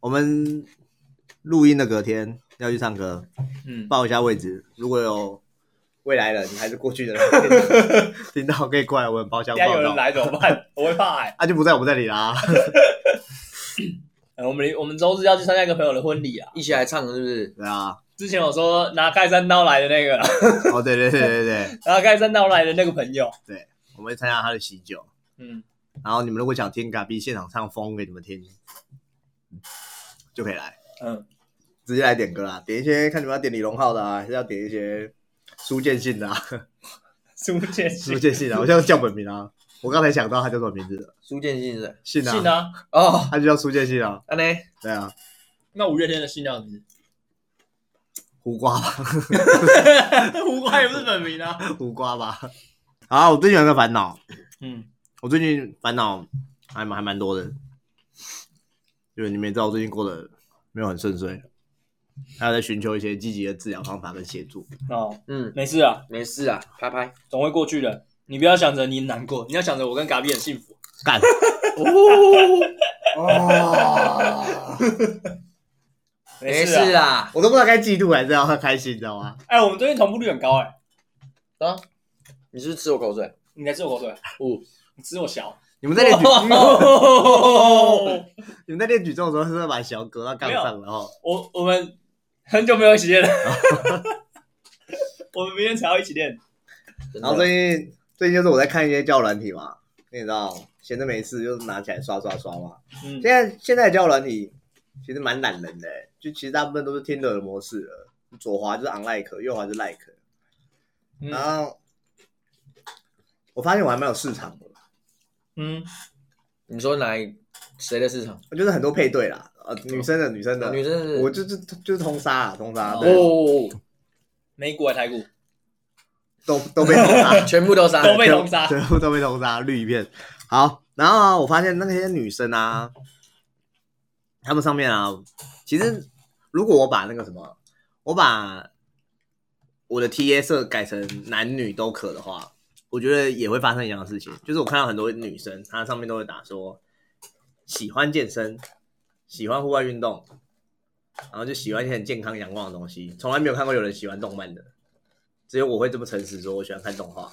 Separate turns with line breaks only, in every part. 我们录音的隔天要去唱歌，
嗯，
报一下位置。如果有未来人还是过去的 人听到，可以过来我们包厢
等一下
报
有人
道。
来怎么办？我会怕哎、
啊，就不在我们这里啦。
呃我们我们周日要去参加一个朋友的婚礼啊，
一起来唱是不是？
对啊，
之前我说拿盖三刀来的那个，啊
哦，对对对对对，
拿盖三刀来的那个朋友，
我们会参加他的喜酒。
嗯，
然后你们如果想听嘎逼现场唱疯给你们听，就可以来，
嗯，
直接来点歌啦，点一些看你们要点李荣浩的啊，还是要点一些苏建信的啊，
苏建
苏
信
建信的啊，我现在叫本名啊，我刚才想到他叫什么名字了，
苏建信是不是？
信啊，
信啊，
哦，
他就叫苏建信啊，
安内
对啊，
那五月天的信叫什么名
胡瓜吧，
字？胡瓜也不是本名啊，
胡瓜吧。好，我最近有一个烦恼，
嗯，
我最近烦恼还蛮还蛮多的，就是你们也知道我最近过得没有很顺遂，还有在寻求一些积极的治疗方法跟协助。
哦，
嗯，
没事啊，
没事啊，拍拍。
总会过去的。你不要想着你难过，你要想着我跟嘎比很幸福。
干哦，
没
事啊
事啦，
我都不知道该嫉妒还是要开心，你知道吗？
哎、我们最近同步率很高哎、
你是不是吃我口水？
你来吃我口水，
哦，
你吃我小。
你们在练举，
哦
你们在练举重的时候，是不是把小狗到杠上然后
我我们很久没有一起练了， 我们明天才要一起练。
然后最近最近就是我在看一些教软体嘛，你也知道闲着没事就是拿起来刷刷刷嘛。
嗯
现，在现在的教软体其实蛮懒人的、欸就其实大部分都是 Tinder 的模式了，左滑就是 unlike，右滑就是 like，
嗯
然后我发现我还蛮有市场的。
嗯，
你说哪一谁的市场？
我觉得很多配对啦，呃，女生的女生的，
哦女生是
我就是就是通杀啊，通杀，对
哦，
美股还台股
都都被通杀，
全部都 杀。
都被通杀。
全部都被通杀，绿一片。好，然后啊，我发现那些女生啊，她们上面啊，其实如果我把那个什么，我把我的 T A 色改成男女都可的话，我觉得也会发生一样的事情，就是我看到很多女生，她上面都会打说喜欢健身，喜欢户外运动。然后就喜欢一些很健康阳光的东西，从来没有看过有人喜欢动漫的，只有我会这么诚实说，我喜欢看动画。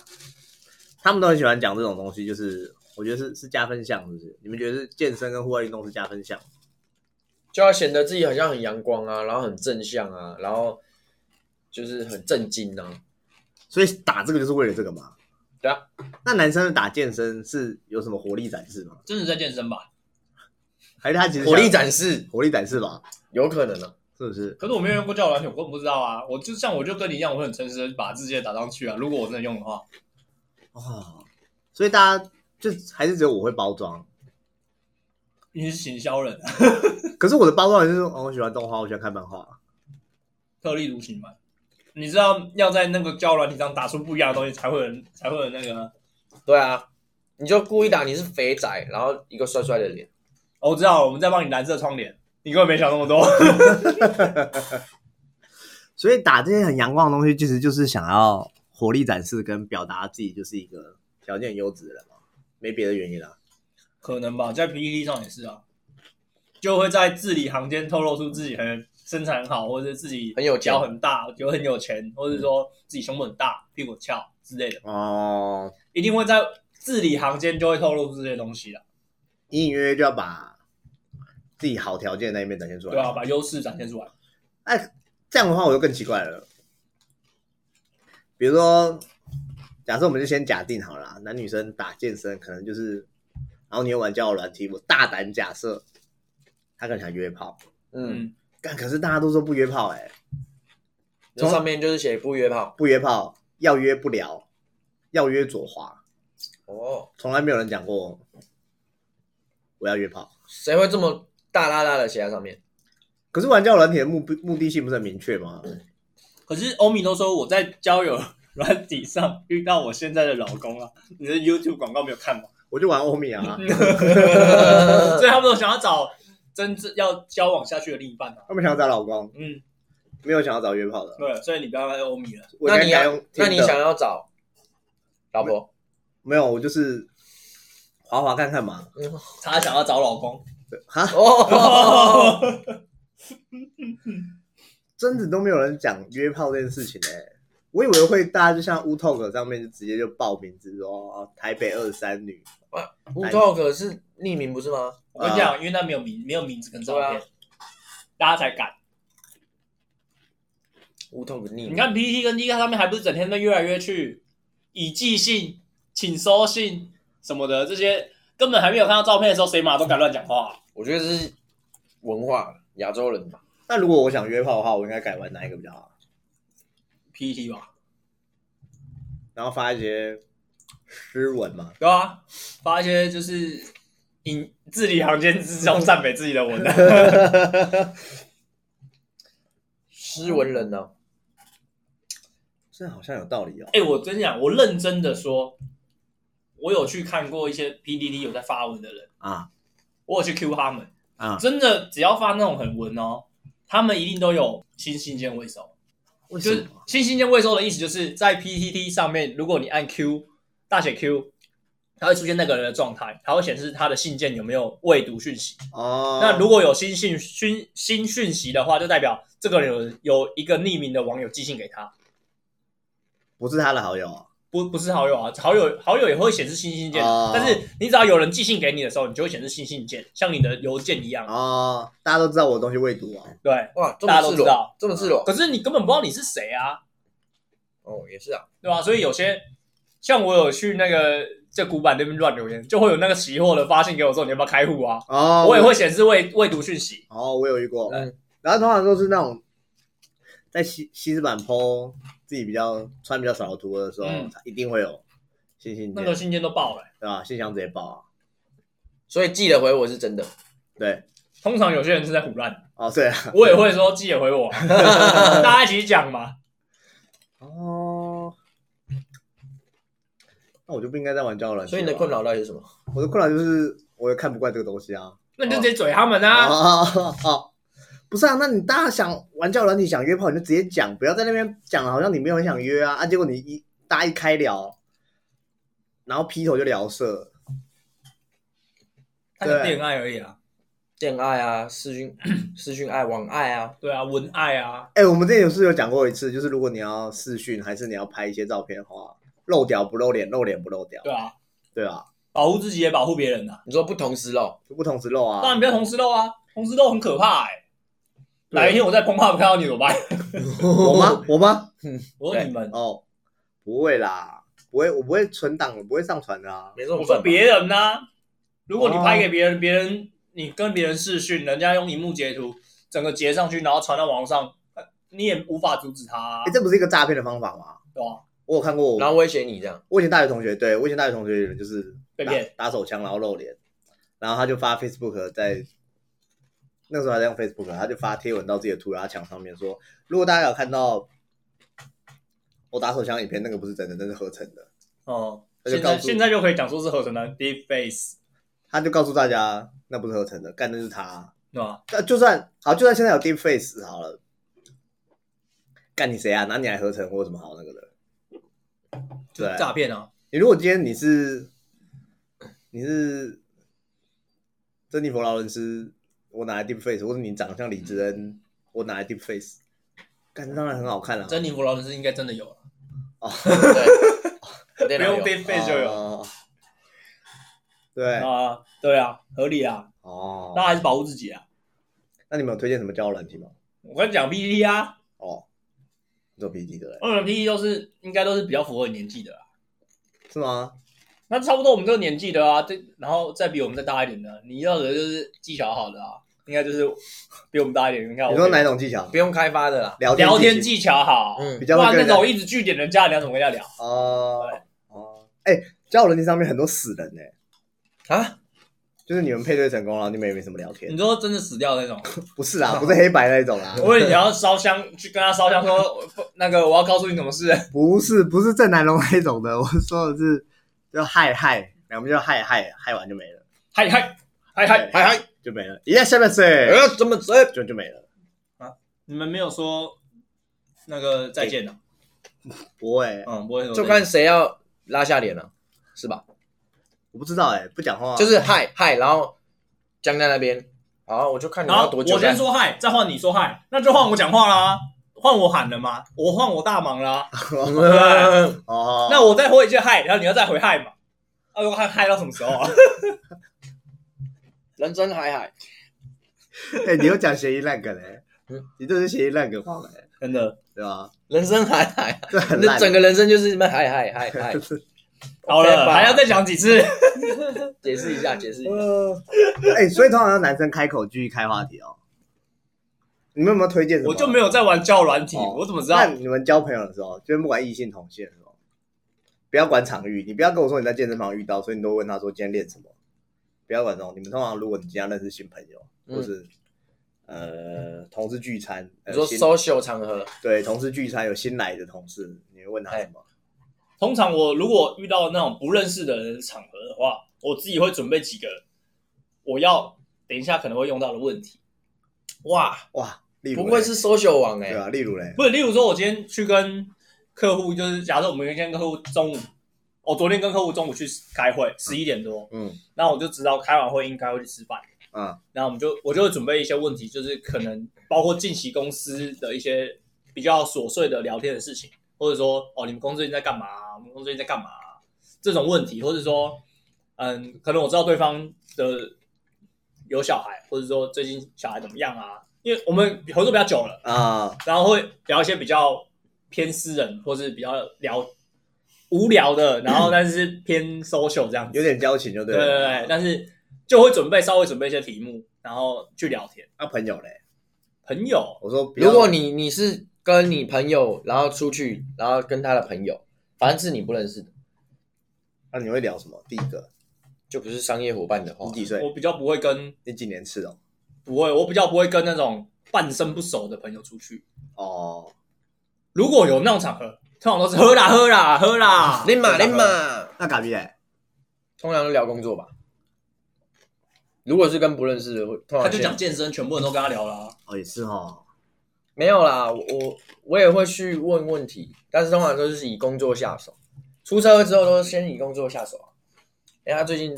他们都很喜欢讲这种东西，就是我觉得是是加分项，是不是？你们觉得是健身跟户外运动是加分项？
就要显得自己好像很阳光啊，然后很正向啊，然后就是很正经啊。
所以打这个就是为了这个嘛？
对啊。
那男生打健身是有什么活力展示吗？
真的在健身吧？
还是他其实
火力
展
展示
活力展示吧？
有可能啊，
是不是？
可是我没有用过交友软体，我根本不知道啊。我就像我就跟你一样，我会很诚实的把字节打上去啊。如果我真的用的话，
哦，所以大家就还是只有我会包装。
你是行销人，啊
可是我的包装就是哦，我喜欢动画，我喜欢看漫画。
特立独行嘛。你知道要在那个交友软体上打出不一样的东西，才会有人才会有那个。
对啊，你就故意打你是肥仔，然后一个帅帅的脸，
哦我知道了，我们在帮你蓝色窗帘，你根本没想那么多。
所以打这些很阳光的东西，其实就是想要活力展示跟表达自己就是一个条件优质的人嘛，没别的原因啦、啊
可能吧，在 PPT 上也是啊，就会在字里行间透露出自己很身材很好，或者自己
很有钱
脚很大，就很有钱，或者说自己胸部很大、屁股翘之类的，
哦，
一定会在字里行间就会透露出这些东西的，
隐隐约约就要把自己好条件的那一面展现出来。
对啊，把优势展现出来。
哎，这样的话我就更奇怪了。比如说，假设我们就先假定好了啦，男女生打健身可能就是，然后你又玩交友软体，我大胆假设，他可能想约炮，
嗯，
嗯，
但可是大家都说不约炮、哎，
这上面就是写不约炮
不约炮，要约不聊，要约左滑，
哦，
从来没有人讲过我要约炮。
谁会这么大大大的写在上面？
可是玩交友软体的目目的性不是很明确吗？
可是欧米都说我在交友 软体上遇到我现在的老公啊，你的 YouTube 广告没有 看吗？
我就玩欧米 啊，呃
所以他们都想要找真正要交往下去的另一半啊。
他们想要找老公，
嗯，
没有想要找约炮的。
对，所以你不要再欧米了。
我应
那
该
你
改
要
用
那你
Tinder
想要找老 婆？
没有？我就是滑滑看看嘛。
他想要找老公，
哈，
哦，
真的都没有人讲约炮这件事情哎、我以为会大家就像乌 talk 上面就直接就报名字说哦台北二三女，
乌 talk 是匿名不是吗？
我跟你讲，因为那没有名，没有名字跟照片，
对
大家才敢。
乌 talk 匿名，
你看 PPT 跟 D 卡上面还不是整天在约来约去，以寄信、请收信什么的，这些根本还没有看到照片的时候，谁马都敢乱讲话、
我觉得这是文化，亚洲人吧。
那如果我想约炮的话，我应该改玩哪一个比较好？
PPT 吧？
然后发一些诗文嘛，
对啊，发一些就是引字里行间之中赞美自己的文啊章。
诗文人啊
哦
呢、
这好像有道理哦。
哎、我跟你讲，我认真的说，我有去看过一些 PDD 有在发文的人，
啊
我有去 Q 他们，
啊，
真的只要发那种很文哦，他们一定都有新信件未收。
为
就是新信件未收的意思，就是在 PTT 上面，如果你按 Q 大写 Q，它会出现那个人的状态，它会显示他的信件有没有未读讯息。
哦？
那如果有新信新新讯息的话，就代表这个人有有一个匿名的网友寄信给他，
不是他的好友啊
不不是好友啊，好友好友也会显示新信件，
哦
但是你只要有人寄信给你的时候，你就会显示新信件，像你的邮件一样。
哦，大家都知道我的东西未读啊。
对，
哇，这
大
么
家都
赤
知
裸
道，嗯
这么赤裸。
可是你根本不知道你是谁啊。
哦，也是啊。
对吧、所以有些像我有去那个在古板那边乱留言，就会有那个期货的发信给我说你要不要开户啊？
哦，
我也会显示未未读讯息。
哦，我有遇过，
嗯
然后通常都是那种在西西斯版 PO 自己比较穿比较少的图的时候，
嗯
一定会有信信件，
那个信件都爆了、欸
对吧？信箱直接爆啊，
所以寄了回我是真的。
对，
通常有些人是在胡乱，
哦，对啊，
我也会说记也回我，啊大家一起讲嘛。
哦，那我就不应该再玩交友软件，啊
所以你的困，扰到底是什么？
我的困扰就是我也看不惯这个东西啊，
那你就直接嘴他们啊，
哦哦哦，不是啊，那你大家想玩交友软体想约炮，你就直接讲，不要在那边讲，好像你没有很想约啊啊！结果你一大家一开聊，然后劈头就聊色，
他就恋爱而已啊，
恋爱啊，私 讯私讯爱网爱啊，
对啊，文爱啊，
哎、我们之前有是有讲过一次，就是如果你要视讯，还是你要拍一些照片的话，露屌不露脸，露脸不露屌，
对啊，
对啊，
保护自己也保护别人啊，
你说不同时 咯，
就不同时露啊。
当然不要同时漏啊，同时漏很可怕哎、
对
哪一天我在碰泡看到你怎么办？
我吗？我吗？
我说你们，
哦，不会啦，不会，我不会存档，我不会上传的啊。
没这种
我
份
说
吧
别人呐、如果你拍
哦
给别人，别人你跟别人视讯，人家用荧幕截图，整个截上去，然后传到网上，呃你也无法阻止他、啊
哎、，这不是一个诈骗的方法吗？
对吧？
我有看过我
啊然后威胁你 这样，
我以前大学同学，对我以前大学同学有人就是
被
打
骗
打手枪，然后露脸，然后他就发 Facebook 在那个时候还在用 Facebook，他就发贴文到自己的涂鸦墙上面说，如果大家有看到我打手枪影片，那个不是真的，那是合成的。
哦、
那就
现
告
在
诉
现在就可以讲说是合成的 deep face，
他就告诉大家那不是合成的，干的是他。
对吧？
那就算好，就算现在有 Deep Face 好了，干你谁啊？拿你来合成，我有什么好那个的？
就
对
诈骗啊！
你如果今天你是你是珍妮佛劳伦斯，我拿来 deep face，或者你长得像李智恩，我拿来 deep face，感觉当然很好看啦、啊
珍妮弗劳伦斯应该真的有了，
对，
不
不
用 deep face 就有
哦对
啊，对啊，合理啊，
哦
大，家还是保护自己啊。
那你们有推荐什么交友软体吗？
我跟你讲，PPT 啊，
哦，做 PPT 的嘞，
我们 PPT 都是应该都是比较符合你年纪的啦，
是吗？
那差不多我们这个年纪的啊，这然后再比我们再大一点的，你要的就是技巧好的啊，应该就是比我们大一点。你看我，
你说哪种技巧
不？用开发的啦，
聊
聊天
天
技巧好，
嗯
比，
不
较会
然
跟
那
人
种
家
一直据点人家，你要怎么跟人家聊？
哦哦，哎，交友软体上面很多死人呢，
啊，
就是你们配对成功了，你们也没什么聊天
你，说真的死掉那种，
不是啊，不是黑白那一种啦，
哦我以为你要烧香去跟他烧香说，那个我要告诉你什么事，
不是不是郑南龙那一种的，我 说的是就嗨嗨，我们就嗨嗨嗨完就没了，
嗨嗨嗨嗨，
嗨 嗨，
就没了，一下下面睡
呃，怎么这？
就就没了，
你们没有说那个再见的，
不会，
嗯，不会说
就
再见
看谁要拉下脸了，是吧？
我不知道哎、不讲话
就是嗨嗨，然后江在那边，好，我就看你
然
要
后
多
我
久
先
干。
说嗨，再换你说嗨，那就换我讲话啦，换我喊了嘛，我换我大忙啦，
嗯
哦，
那 我再回一句嗨，然后你要再回嗨嘛，啊，我看嗨到什么时候啊？
人生海海，
哎、你又讲谐音烂梗嘞、
嗯
你这是谐音烂梗话嘞，
真的。
对吧？
人生海海，
这很
你
烂，欸
整个人生就是那海海海海。
好
OK
了，
吧
还要再讲 几次？
解释一下，解释一下。
呃， 哎、所以通常男生开口继续开话题哦。你们有没有推荐什么？
我就没有在玩交友软体，
哦
我怎么知道
那？你们交朋友的时候，就是不管异性同性的时候，不要管场域，你不要跟我说你在健身房遇到，所以你都问他说今天练什么，不要管这种。你们通常如果你今天认识新朋友，
嗯
或是呃同事聚餐，呃
你说
新
social 场合，
对同事聚餐有新来的同事，你会问他什么？
通常我如果遇到那种不认识的人的场合的话，我自己会准备几个我要等一下可能会用到的问题。哇，
哇，例如
哎不
嘞
愧是 social 网哎
对，啊，例如嘞，
不是，例如说，我今天去跟客户，就是假设我们今天跟客户中午，我、昨天跟客户中午去开会，十一点多，
嗯
那我就知道开完会应该会去吃饭，
啊
然后我们就我就会准备一些问题，就是可能包括近期公司的一些比较琐碎的聊天的事情，或者说哦你们公司最近在干嘛啊？我们公司最近在干嘛啊？这种问题，或者说嗯，可能我知道对方的有小孩，或者说最近小孩怎么样啊？因为我们合作比较久了。
啊，
然后会聊一些比较偏私人，或是比较聊无聊的，然后但是偏 social 这样子。
有点交情就对
对
了。
对对对，但是就会准备稍微准备一些题目，然后去聊天。
那朋友嘞，
朋友，
我说不要
如果你你是跟你朋友，然后出去，然后跟他的朋友，反正是你不认识的，
那你会聊什么？第一个，
就不是商业伙伴的话
你，几岁？
我比较不会跟
你几年次哦？
不会，我比较不会跟那种半生不熟的朋友出去。
哦，
如果有那种场合，通常都是喝啦 喝啦喝啦。
你马你马，
那嘎比嘞？
通常都聊工作吧。如果是跟不认识的，通常
他就
先
讲健身，全部人都跟他聊啦。
哦，也是哦。
没有啦，我我我也会去问问题，但是通常都是以工作下手。出社会之后都是先以工作下手啊。哎，他最近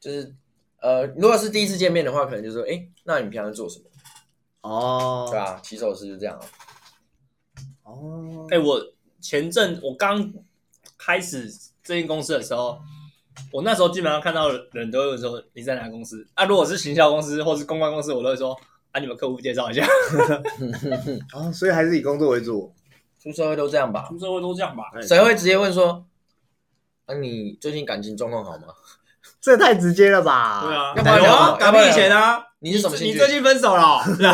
就是呃，如果是第一次见面的话，可能就说，哎，那你平常做什么？
哦，
对啊，起手式就这样啊。
哦，
哎、我前阵我刚开始这间公司的时候，我那时候基本上看到人都会说你在哪个公司啊？如果是行销公司或是公关公司，我都会说啊，你们客户介绍一下。
哦，所以还是以工作为主。哎
出社会都这样吧？
出社会都这样吧？
谁会直接问说，啊，你最近感情状况好吗？
这也太直接了吧？
对啊，
要不然
有
聊
啊，
嘛
打
要不然
屁以前啊，
你是什么兴
你
趣？
最近分手了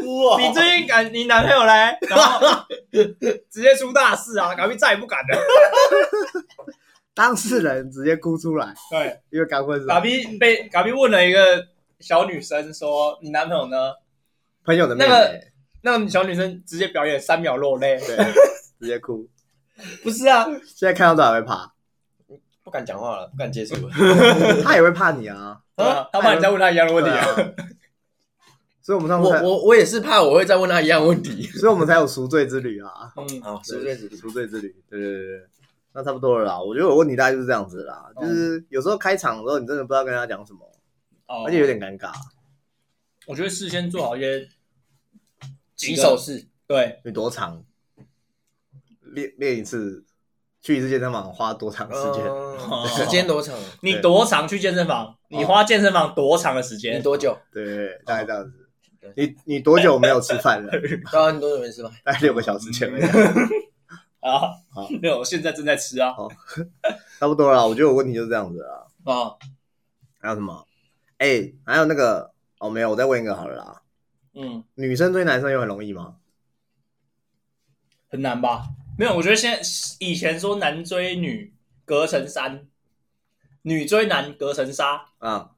哦、你最近敢你男朋友嘞？然 后直接出大事啊！搞不再也不敢了。
当事人直接哭出来，
对，
因为刚分手，
嘎比被嘎比问了一个小女生说：“你男朋友呢？”
朋友的妹
那
妹，
那个小女生直接表演三秒落泪，
对，直接哭。
不是啊？
现在看到都还会怕，
不敢讲话了，不敢接触 了。
他也会怕你啊。
啊，他怕你再问她一样 的问题
对
啊。
啊。所以我们上
我
次才，
我我也是怕我会再问他一样问 题。
所以我们才有赎罪之旅 啊。
嗯，
啊，
对
是不是？
赎罪之旅，对对对对，那差不多了啦。我觉得我问题大概就是这样子啦，就是有时候开场的时候，你真的不知道跟他讲什么，
哦
而且有，点尴尬。
我觉得事先做好一些
起手式，
对，
你多长？练练一次，去一次健身房花多长时
哦
间？
嗯时间 多长？
你多长去健身房？你花健身房哦多长的时
你
间？
多久？
对对对，大概这样子
哦
对。
你你多久没有吃饭了？
当然多久没吃饭？
大概六个小时前面，
嗯啊
好，
没有，我现在正在吃啊
差不多了啦。我觉得我问题就是这样子啦。
啊，
还有什么？哎、还有那个哦，没有，我再问一个好了啦。
嗯，
女生追男生有很容易吗？
很难吧？没有，我觉得现在以前说男追女隔层山，女追男隔层纱，
啊，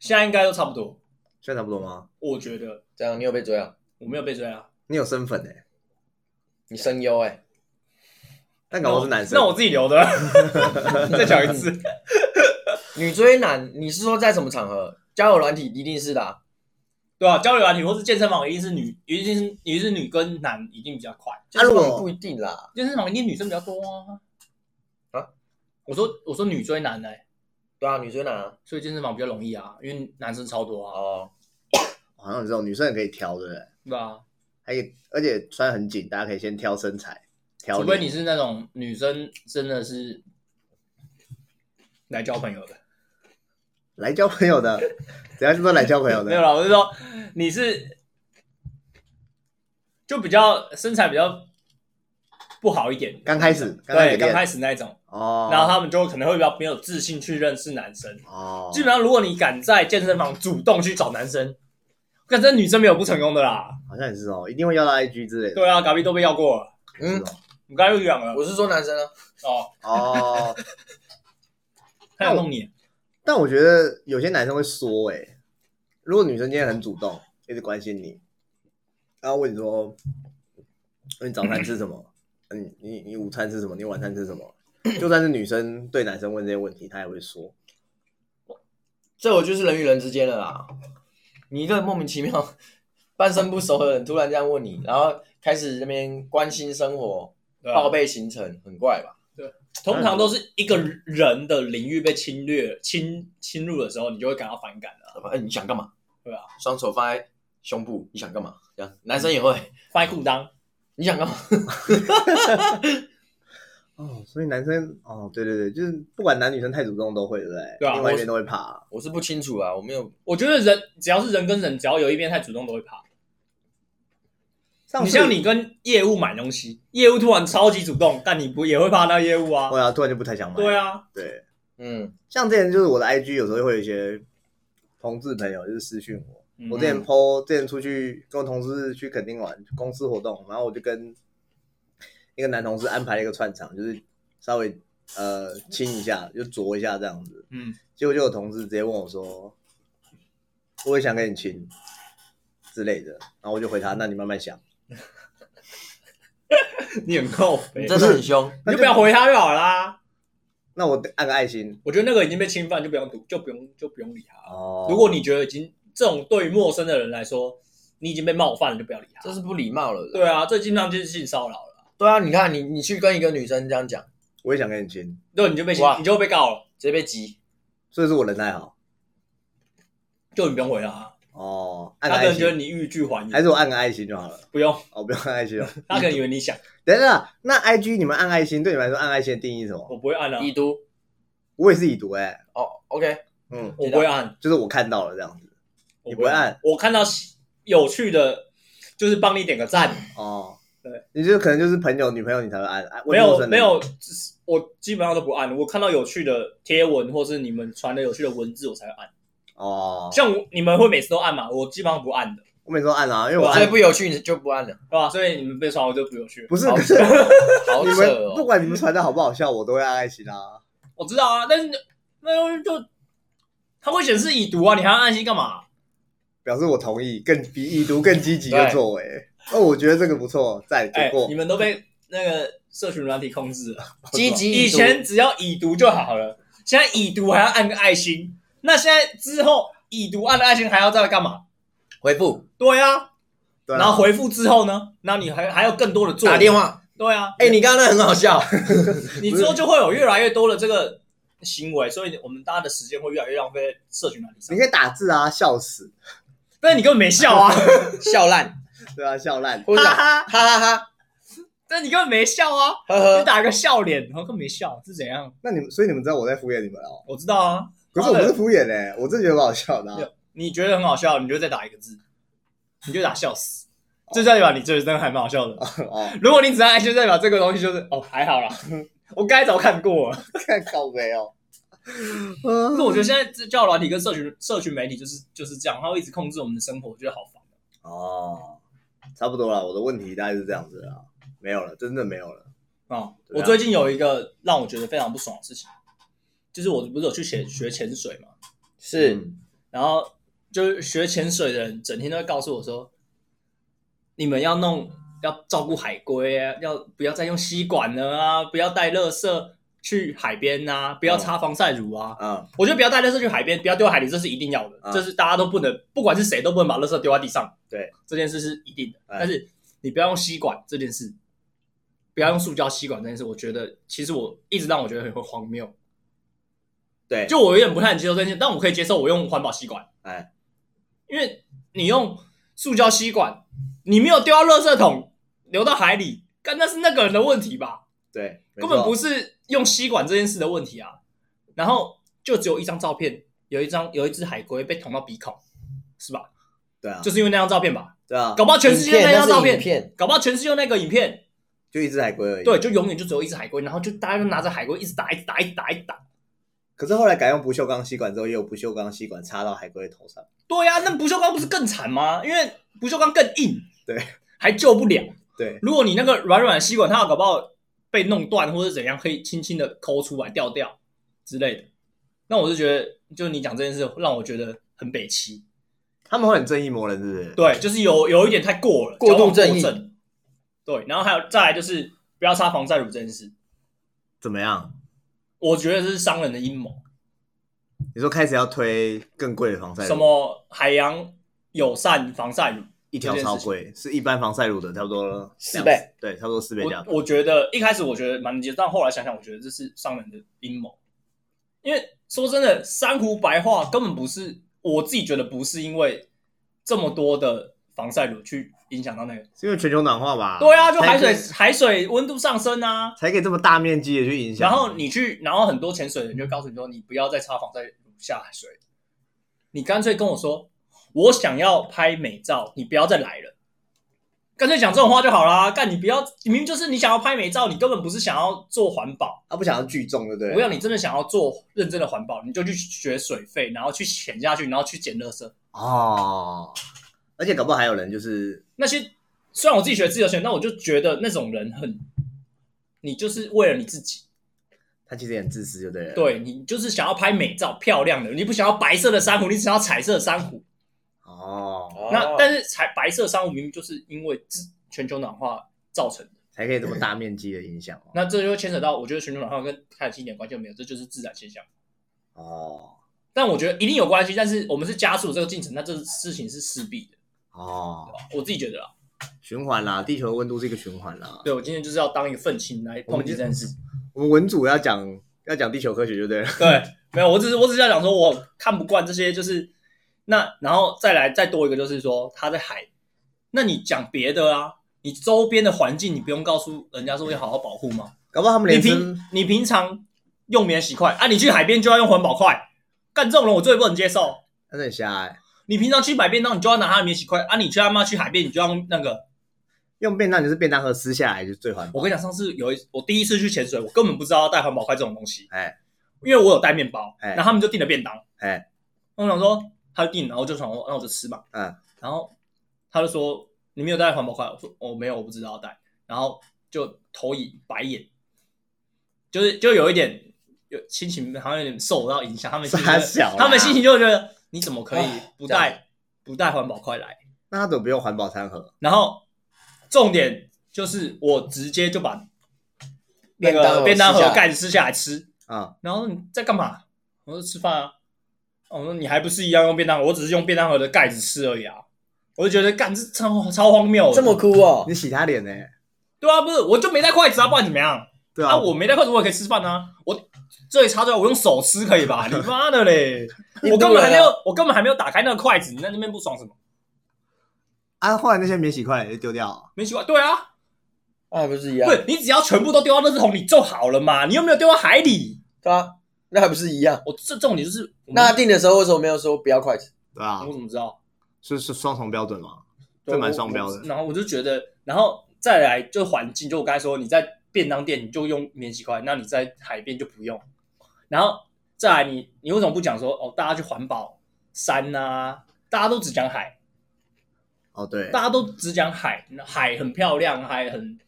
现在应该都差不多，
现在差不多吗？
我觉得
这样你有被追啊？
我没有被追啊。
你有身份哎、
你声优哎，
但搞不好是男生。
那我自己留的， 再讲一次。
女追男，你是说在什么场合？交友软体一定是的啊、
对啊，交流软体或是健身房一定是女，一定是一定是女跟男一定比较快，
啊如果
交友软体不一定啦。
啊健身房一定女生比较多啊。
啊
我说我说女追男呢、欸
对啊，女生拿
所以健身房比较容易啊，因为男生超多啊，
哦，
好像有这种女生也可以挑，对不对？
对吧？
还可以，而且穿很紧，大家可以先挑身材，挑
除
脸。
非你是那种女生真的是来交朋友的，
来交朋友 的，等下是不是来交朋友
没有
的？
啦，我是说你是就比较身材比较不好一点，
刚开始，刚开
对，
始
刚
练
开始那一种，
哦，
然后他们就可能会比较没有自信去认识男生。
哦，
基本上，如果你敢在健身房主动去找男生，但真女生没有不成功的啦。
好像也是哦，一定会要到 IG 之类的。
对啊，隔壁都被要过了，
是
嗯，
哦
我们刚才又讲了
我是说男生啊，
哦，
哦，
他想弄你，
但我觉得有些男生会说、欸，哎，如果女生今天很主动，一直关心你，然后问你说，那你早餐吃什么？ 嗯，你你午餐吃什么？你晚餐吃什 么？就算是女生对男生问这些问题，他也会说，
这我就是人与人之间的啦。你一个莫名其妙、 半生不熟的人突然这样问你，然后开始这边关心生活、
对
报
吧？
备行程，很怪吧？
通常都是一个人的领域被侵略、侵侵入的时候，你就会感到反感了。
哎，你想干嘛？
对啊，
双手放在胸部，你想干嘛？这样男生也会，
翻裤裆，
嗯你想干嘛？
哦，所以男生，哦，对对对，就是不管男女生太主动都会，对不对？
对啊
另外一边都会怕。
我是不清楚啊，我没有
我觉得人只要是人跟人，只要有一边太主动，都会怕。
上
你
次
像，你跟业务买东西，业务突然超级主动，但你不也会怕那业务啊？
对啊，突然就不太想买。
对，啊，
对。
嗯，
像之前就是我的 IG 有时候会有一些同志朋友就是私讯我，
嗯
我之前 PO 之前出去跟我同事去垦丁玩公司活动，然后我就跟一个男同事安排了一个串场，就是稍微呃亲一下，就啄一下这样子，
嗯，
结果就有同事直接问我说，我也想跟你亲之类的，然后我就回
嗯
他，那你慢慢想，
嗯你很扣
你
肥，
真的很凶，
你就不要回他就好啦。
那我按个爱心
我觉得那个已经被侵犯，就不用读，就不用就不用理他了。
哦，
如果你觉得已经这种对于陌生的人来说，你已经被冒犯了，就不要理他。
这是不礼貌了。
对啊，这基本上就是性骚扰了。
对啊，你看你你去跟一个女生这样讲，
我也想跟你亲，
对，你就被
哇
你就被告了，
直接被急，
所以是我人太好
就你不用回他，
哦，
他
按个
可
爱
能觉得
心
你欲拒还迎，
还是我按个爱心就好了。
不用，
哦，不要按爱心哦。
他可能以为你想，
等等，那 I G 你们按爱心，对你们来说按爱心的定义是什么？
我不会按啊，
已读
我也是已读哎、
哦，OK，
嗯，
我不会按，
就是我看到了这样子。
我
你不会按，
我看到喜有趣的，就是帮你点个赞，
哦，
对，
你就可能就是朋友、女朋友你才会按，啊
没
陌
有
生人
没有，我基本上都不按，我看到有趣的贴文或是你们传的有趣的文字，我才会按。
哦。
像我你们会每次都按嘛，我基本上不按的，
我每次都按啊，因为我
所以
按
不有趣你就不按了，
对吧？所以你们被刷我就不有趣了。
不是，
好
可是
好
你
扯
们不
哦。
管你们传的好不好笑，我都会按爱心啊。
我知道啊，但是那东西就它会显示已读啊，你还要按心干嘛？
表示我同意，更比已读更积极的作为。哦，我觉得这个不错， 赞，给
哎、
过
你。们都被那个社群软体控制了。
积极已
以
读
前只要已读就好了，现在已读还要按个爱心，那现在之后已读按了爱心还要再干嘛？
回复
对啊，
对啊
然后回复之后呢，那你还还有更多的做
打电，话，
对啊，
哎，你刚刚那很好笑，
你之后就会有越来越多的这个行为，所以我们大家的时间会越来越浪费在社群软体上
你。可以打字啊，笑死，
但是你根本没笑 啊，
笑烂，
对啊，笑烂。
或者
哈
打
哈，
哈哈哈，
但你根本没笑啊，
呵
你
呵，
打个笑脸，然后根本没笑，是怎样？
那你们，所以你们知道我在敷衍你们哦。
我知道啊，
可是我不是敷衍嘞、我真的觉得蛮好笑的、啊
没。有你觉得很好笑，你就再打一个字，你就打笑死，就代表你这真的还蛮好笑的。
哦，
如果你只按就代表这个东西就是哦还好啦，我该早看过了。
看靠没哦。
可
嗯
是我觉得现在这教软体跟社群社群媒体就是就是这样，它会一直控制我们的生活，我觉得好烦。
哦，差不多了，我的问题大概是这样子啊，没有了，真的没有了。
啊、
对啊
我最近有一个让我觉得非常不爽的事情，就是我不是有去潜学潜水嘛，
是
嗯
然后就是学潜水的人整天都会告诉我说，你们要弄要照顾海龟啊，要不要再用吸管了啊，不要带垃圾去海边啊，不要擦防晒乳啊。
啊，
我觉得不要带垃圾去海边，不要丢海里，这是一定要的，
啊
这是大家都不能，不管是谁都不能把垃圾丢在地上。
对，
这件事是一定的。
哎
但是你不要用吸管这件事，不要用塑胶吸管这件事，我觉得其实我一直让我觉得很荒谬。
对，
就我有点不太能接受这件事，但我可以接受我用环保吸管，
哎，
因为你用塑胶吸管，你没有丢到垃圾桶，流到海里，干那是那个人的问题吧，
对，没
根本
错
不是用吸管这件事的问题啊。然后就只有一张照片，有一张有一只海龟被捅到鼻孔，是吧？
对啊，
就是因为那张照片吧，
对啊，
搞不好全世界那张照
影片
搞不好全世界那个影片，
就一只海龟而已。
对，，就永远就只有一只海龟，然后就大家就拿着海龟一直打，一直打，一直打，一直打。
可是后来改用不锈钢吸管之后，也有不锈钢吸管插到海龟的头上。
对呀、那不锈钢不是更惨吗？因为不锈钢更硬，
对，
还救不了。
对，
如果你那个软软的吸管，它搞不好被弄断或者怎样，可以轻轻的抠出来掉掉之类的。那我就觉得，就你讲这件事，让我觉得很北齐。
他们会很正义魔人，是不是？
对，就是有有一点太过了，
过度
矫枉
正义
正。对，然后还有再来就是不要擦防晒乳这件事，
怎么样？
我觉得这是商人的阴谋。
你说开始要推更贵的防晒乳，
什么海洋友善防晒乳，
一条超贵，是一般防晒乳的差不多
四倍，
对，差不多四倍价
我。我觉得一开始我觉得蛮能接受，但后来想想，我觉得这是商人的阴谋。因为说真的，珊瑚白化根本不是我自己觉得不是因为这么多的防晒乳去影响到那个。
是因为全球暖化吧？
对啊，就海水
才可以
海水温度上升啊，
才可以这么大面积的去影响。
然后你去，然后很多潜水人就告诉你说，你不要再擦防晒乳下水，你干脆跟我说，我想要拍美照，你不要再来了。干脆讲这种话就好啦，干你不要，你明明就是你想要拍美照，你根本不是想要做环保，
他啊不想要聚众，对不对？
我要你真的想要做认真的环保，你就去学水费，然后去潜下去，然后去捡垃圾。
哦，而且搞不好还有人就是
那些虽然我自己学自由潜，但我就觉得那种人很，你就是为了你自己，
他其实也很自私，就对了。，
对你就是想要拍美照漂亮的，你不想要白色的珊瑚，你只想要彩色的珊瑚。
哦，
那但是彩白色珊瑚明明就是因为自全球暖化造成的，
才可以这么大面积的影响哦。
那这就牵扯到我觉得全球暖化跟海清一点关系都没有，这就是自然现象。
哦
但我觉得一定有关系，但是我们是加速这个进程，那这事情是势必的，
哦，
我自己觉得啦。
循环啦，地球的温度是一个循环啦。
对，我今天就是要当一个愤青来抨击这件事。
我们文组要讲要讲地球科学，就对了。
对，没有，我只是我只是要讲说，我看不惯这些，就是那然后再来再多一个，就是说他在海，那你讲别的啊，你周边的环境你不用告诉人家说要好好保护吗？
搞不好他们
你
连
平
生
你平常用免洗筷啊，你去海边就要用环保筷，干这种人我最不能接受。
他很瞎哎，
你平常去买便当，你就要拿他的免洗筷啊！你去他妈去海边，你就要用那个。
用便当就是便当盒撕下来就是最环保。
我跟你讲，上次有一我第一次去潜水，我根本不知道要带环保筷这种东西。
哎
因为我有带面包，
哎
然后他们就订了便当，
哎
我想说他就订，然后我就想说那我就吃嘛，
嗯，
然后他就说你没有带环保筷，我说哦我没有，我不知道带，然后就投以白眼，就是就有一点有心情好像有点受到影响，他们心情
傻
就
小啦，哎
他们心情就觉得你怎么可以
啊
不
这
带不带环保筷来？
那他怎么不用环保餐盒？
然后重点就是我直接就把那
便当
个
盒
便当盒
撕下来
盖子撕下来吃，
啊、
然后你在干嘛？我说吃饭啊。哦我说你还不是一样用便当盒，我只是用便当盒的盖子吃而已啊。我就觉得干这超超荒谬的，
这么酷哦
你，洗他脸呢、
对啊？不是，我就没带筷子啊，不然怎么样？
对
啊，我没带筷子，我也可以吃饭啊。我最差最后我用手吃可以 吧？你妈的嘞！我
啊
根本还没有，我根本还没有打开那个筷子，你在那边不爽什么？
啊，后来那些免洗筷也就丢掉了。
没奇怪，对啊，
那不是一样？
对你只要全部都丢到垃圾桶里就好了嘛，你又没有丢到海里。
对啊，那还不是一样？
我这重点就是，我
那他订的时候为什么没有说不要筷子？
对啊
我，怎么知道？
是是双重标准嘛？
对
这蛮
我
双标的
我然后我就觉得，然后再来就环境，就我刚才说，你在便当店你就用免洗筷，那你在海边就不用。然后再来你，你为什么不讲说哦，大家去环保山啊？大家都只讲海，
哦，对，
大家都只讲海，海很漂亮，海很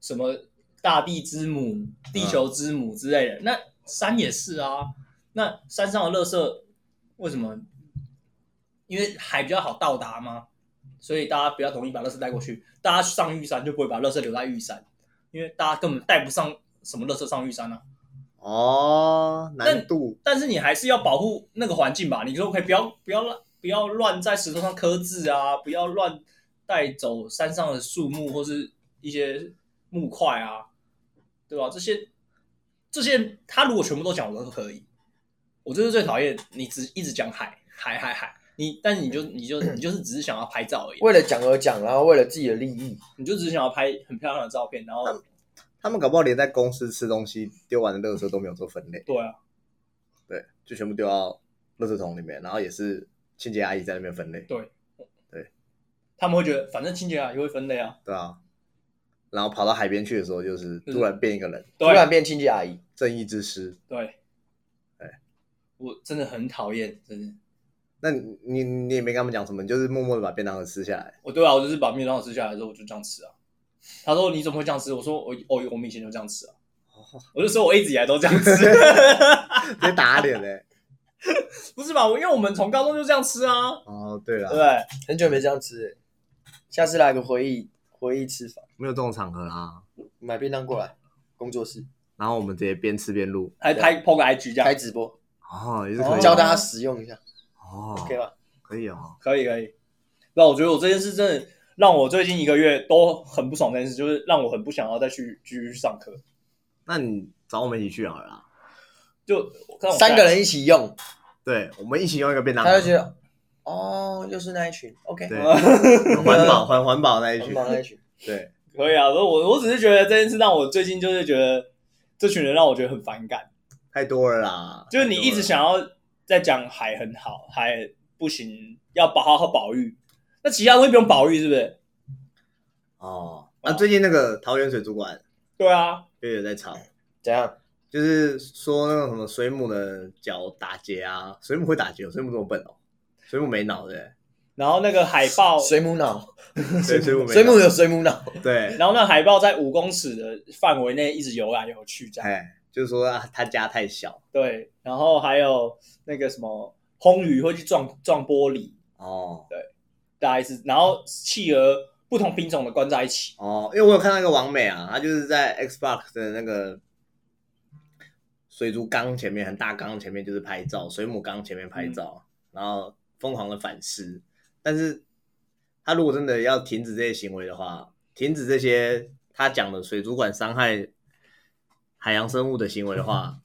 什么大地之母、地球之母之类的。那山也是啊，那山上的垃圾为什么？因为海比较好到达嘛，所以大家比较容易把垃圾带过去。大家上玉山就不会把垃圾留在玉山，因为大家根本带不上什么垃圾上玉山啊。
哦，难度
但是你还是要保护那个环境吧？你说可以不要不要乱不要乱在石头上刻字啊，不要乱带走山上的树木或是一些木块啊，对吧？这些这些他如果全部都讲，我都可以。我就是最讨厌你只一直讲海海海海，你但你就你就你就是只是想要拍照而已，
为了讲而讲，然后为了自己的利益，
你就只是想要拍很漂亮的照片，然后
他们搞不好连在公司吃东西丢完的垃圾都没有做分类，
对啊，
对，就全部丢到垃圾桶里面，然后也是清洁阿姨在那边分类，
他们会觉得反正清洁啊也会分类啊，
对啊。然后跑到海边去的时候，就是
嗯
突然变一个人，
突
对
然变亲戚阿姨。
正义之师。
对，
对，
我真的很讨厌，真的，
那你你你也没跟他们讲什么，你就是默默的把便当盒吃下来。
我对啊，我就是把面包吃下来之后我就这样吃啊。他说你怎么会这样吃？我说我哦，我们以前就这样吃啊。
哦
我就说我一直以来都这样 吃，
直接打脸嘞、欸
不是吧？我因为我们从高中就这样吃啊，
哦，对
对不
了，
对？
很久没这样吃了，下次来个回忆回忆吃法，
没有这种场合啦。
买便当过来，工作室
然后我们直接边吃边录，
啊
还拍 PO 个 IG 这
开
样，
直播，
哦，也是可以、
哦
教大家使用一下
哦，
，OK 吧？
可以哦。
可以可以。那我觉得我这件事真的让我最近一个月都很不爽，这件事就是让我很不想要再去继续上课。
那你找我们一起去好了啦。
就让我
三个人一起用，
对，我们一起用一个便当盒，
他就觉得哦，又是那一群，OK，
对
嗯
环保环环保那一
很
群，
棒那一群，
对，
可以啊。我我我只是觉得这件事让我最近就是觉得这群人让我觉得很反感。
太多了啦。
就是你一直想要在讲海很好，海不行，要保好好保育。那其他东西不用保育，是不是？
哦。那、最近那个桃园水族馆
对啊，
也有在吵，
怎样？
就是说那种什么水母的脚打结啊，水母会打结哦，水母这么笨哦，水母没脑对
然后那个海豹，
水母脑，
不对，对水母没脑
水母有水母脑，
对，
然后那海豹在五公尺的范围内一直游来游去，这样
哎，就是说啊他家太小
对。然后还有那个什么红鱼会去撞撞玻璃，
哦
大概是，然后企鹅不同品种的关在一起，
哦，因为我有看到一个王美啊，她就是在 Xbox 的那个水族缸前面，很大缸前面就是拍照，水母缸前面拍照，然后疯狂的反思。但是她如果真的要停止这些行为的话，停止这些她讲的水族馆伤害海洋生物的行为的话，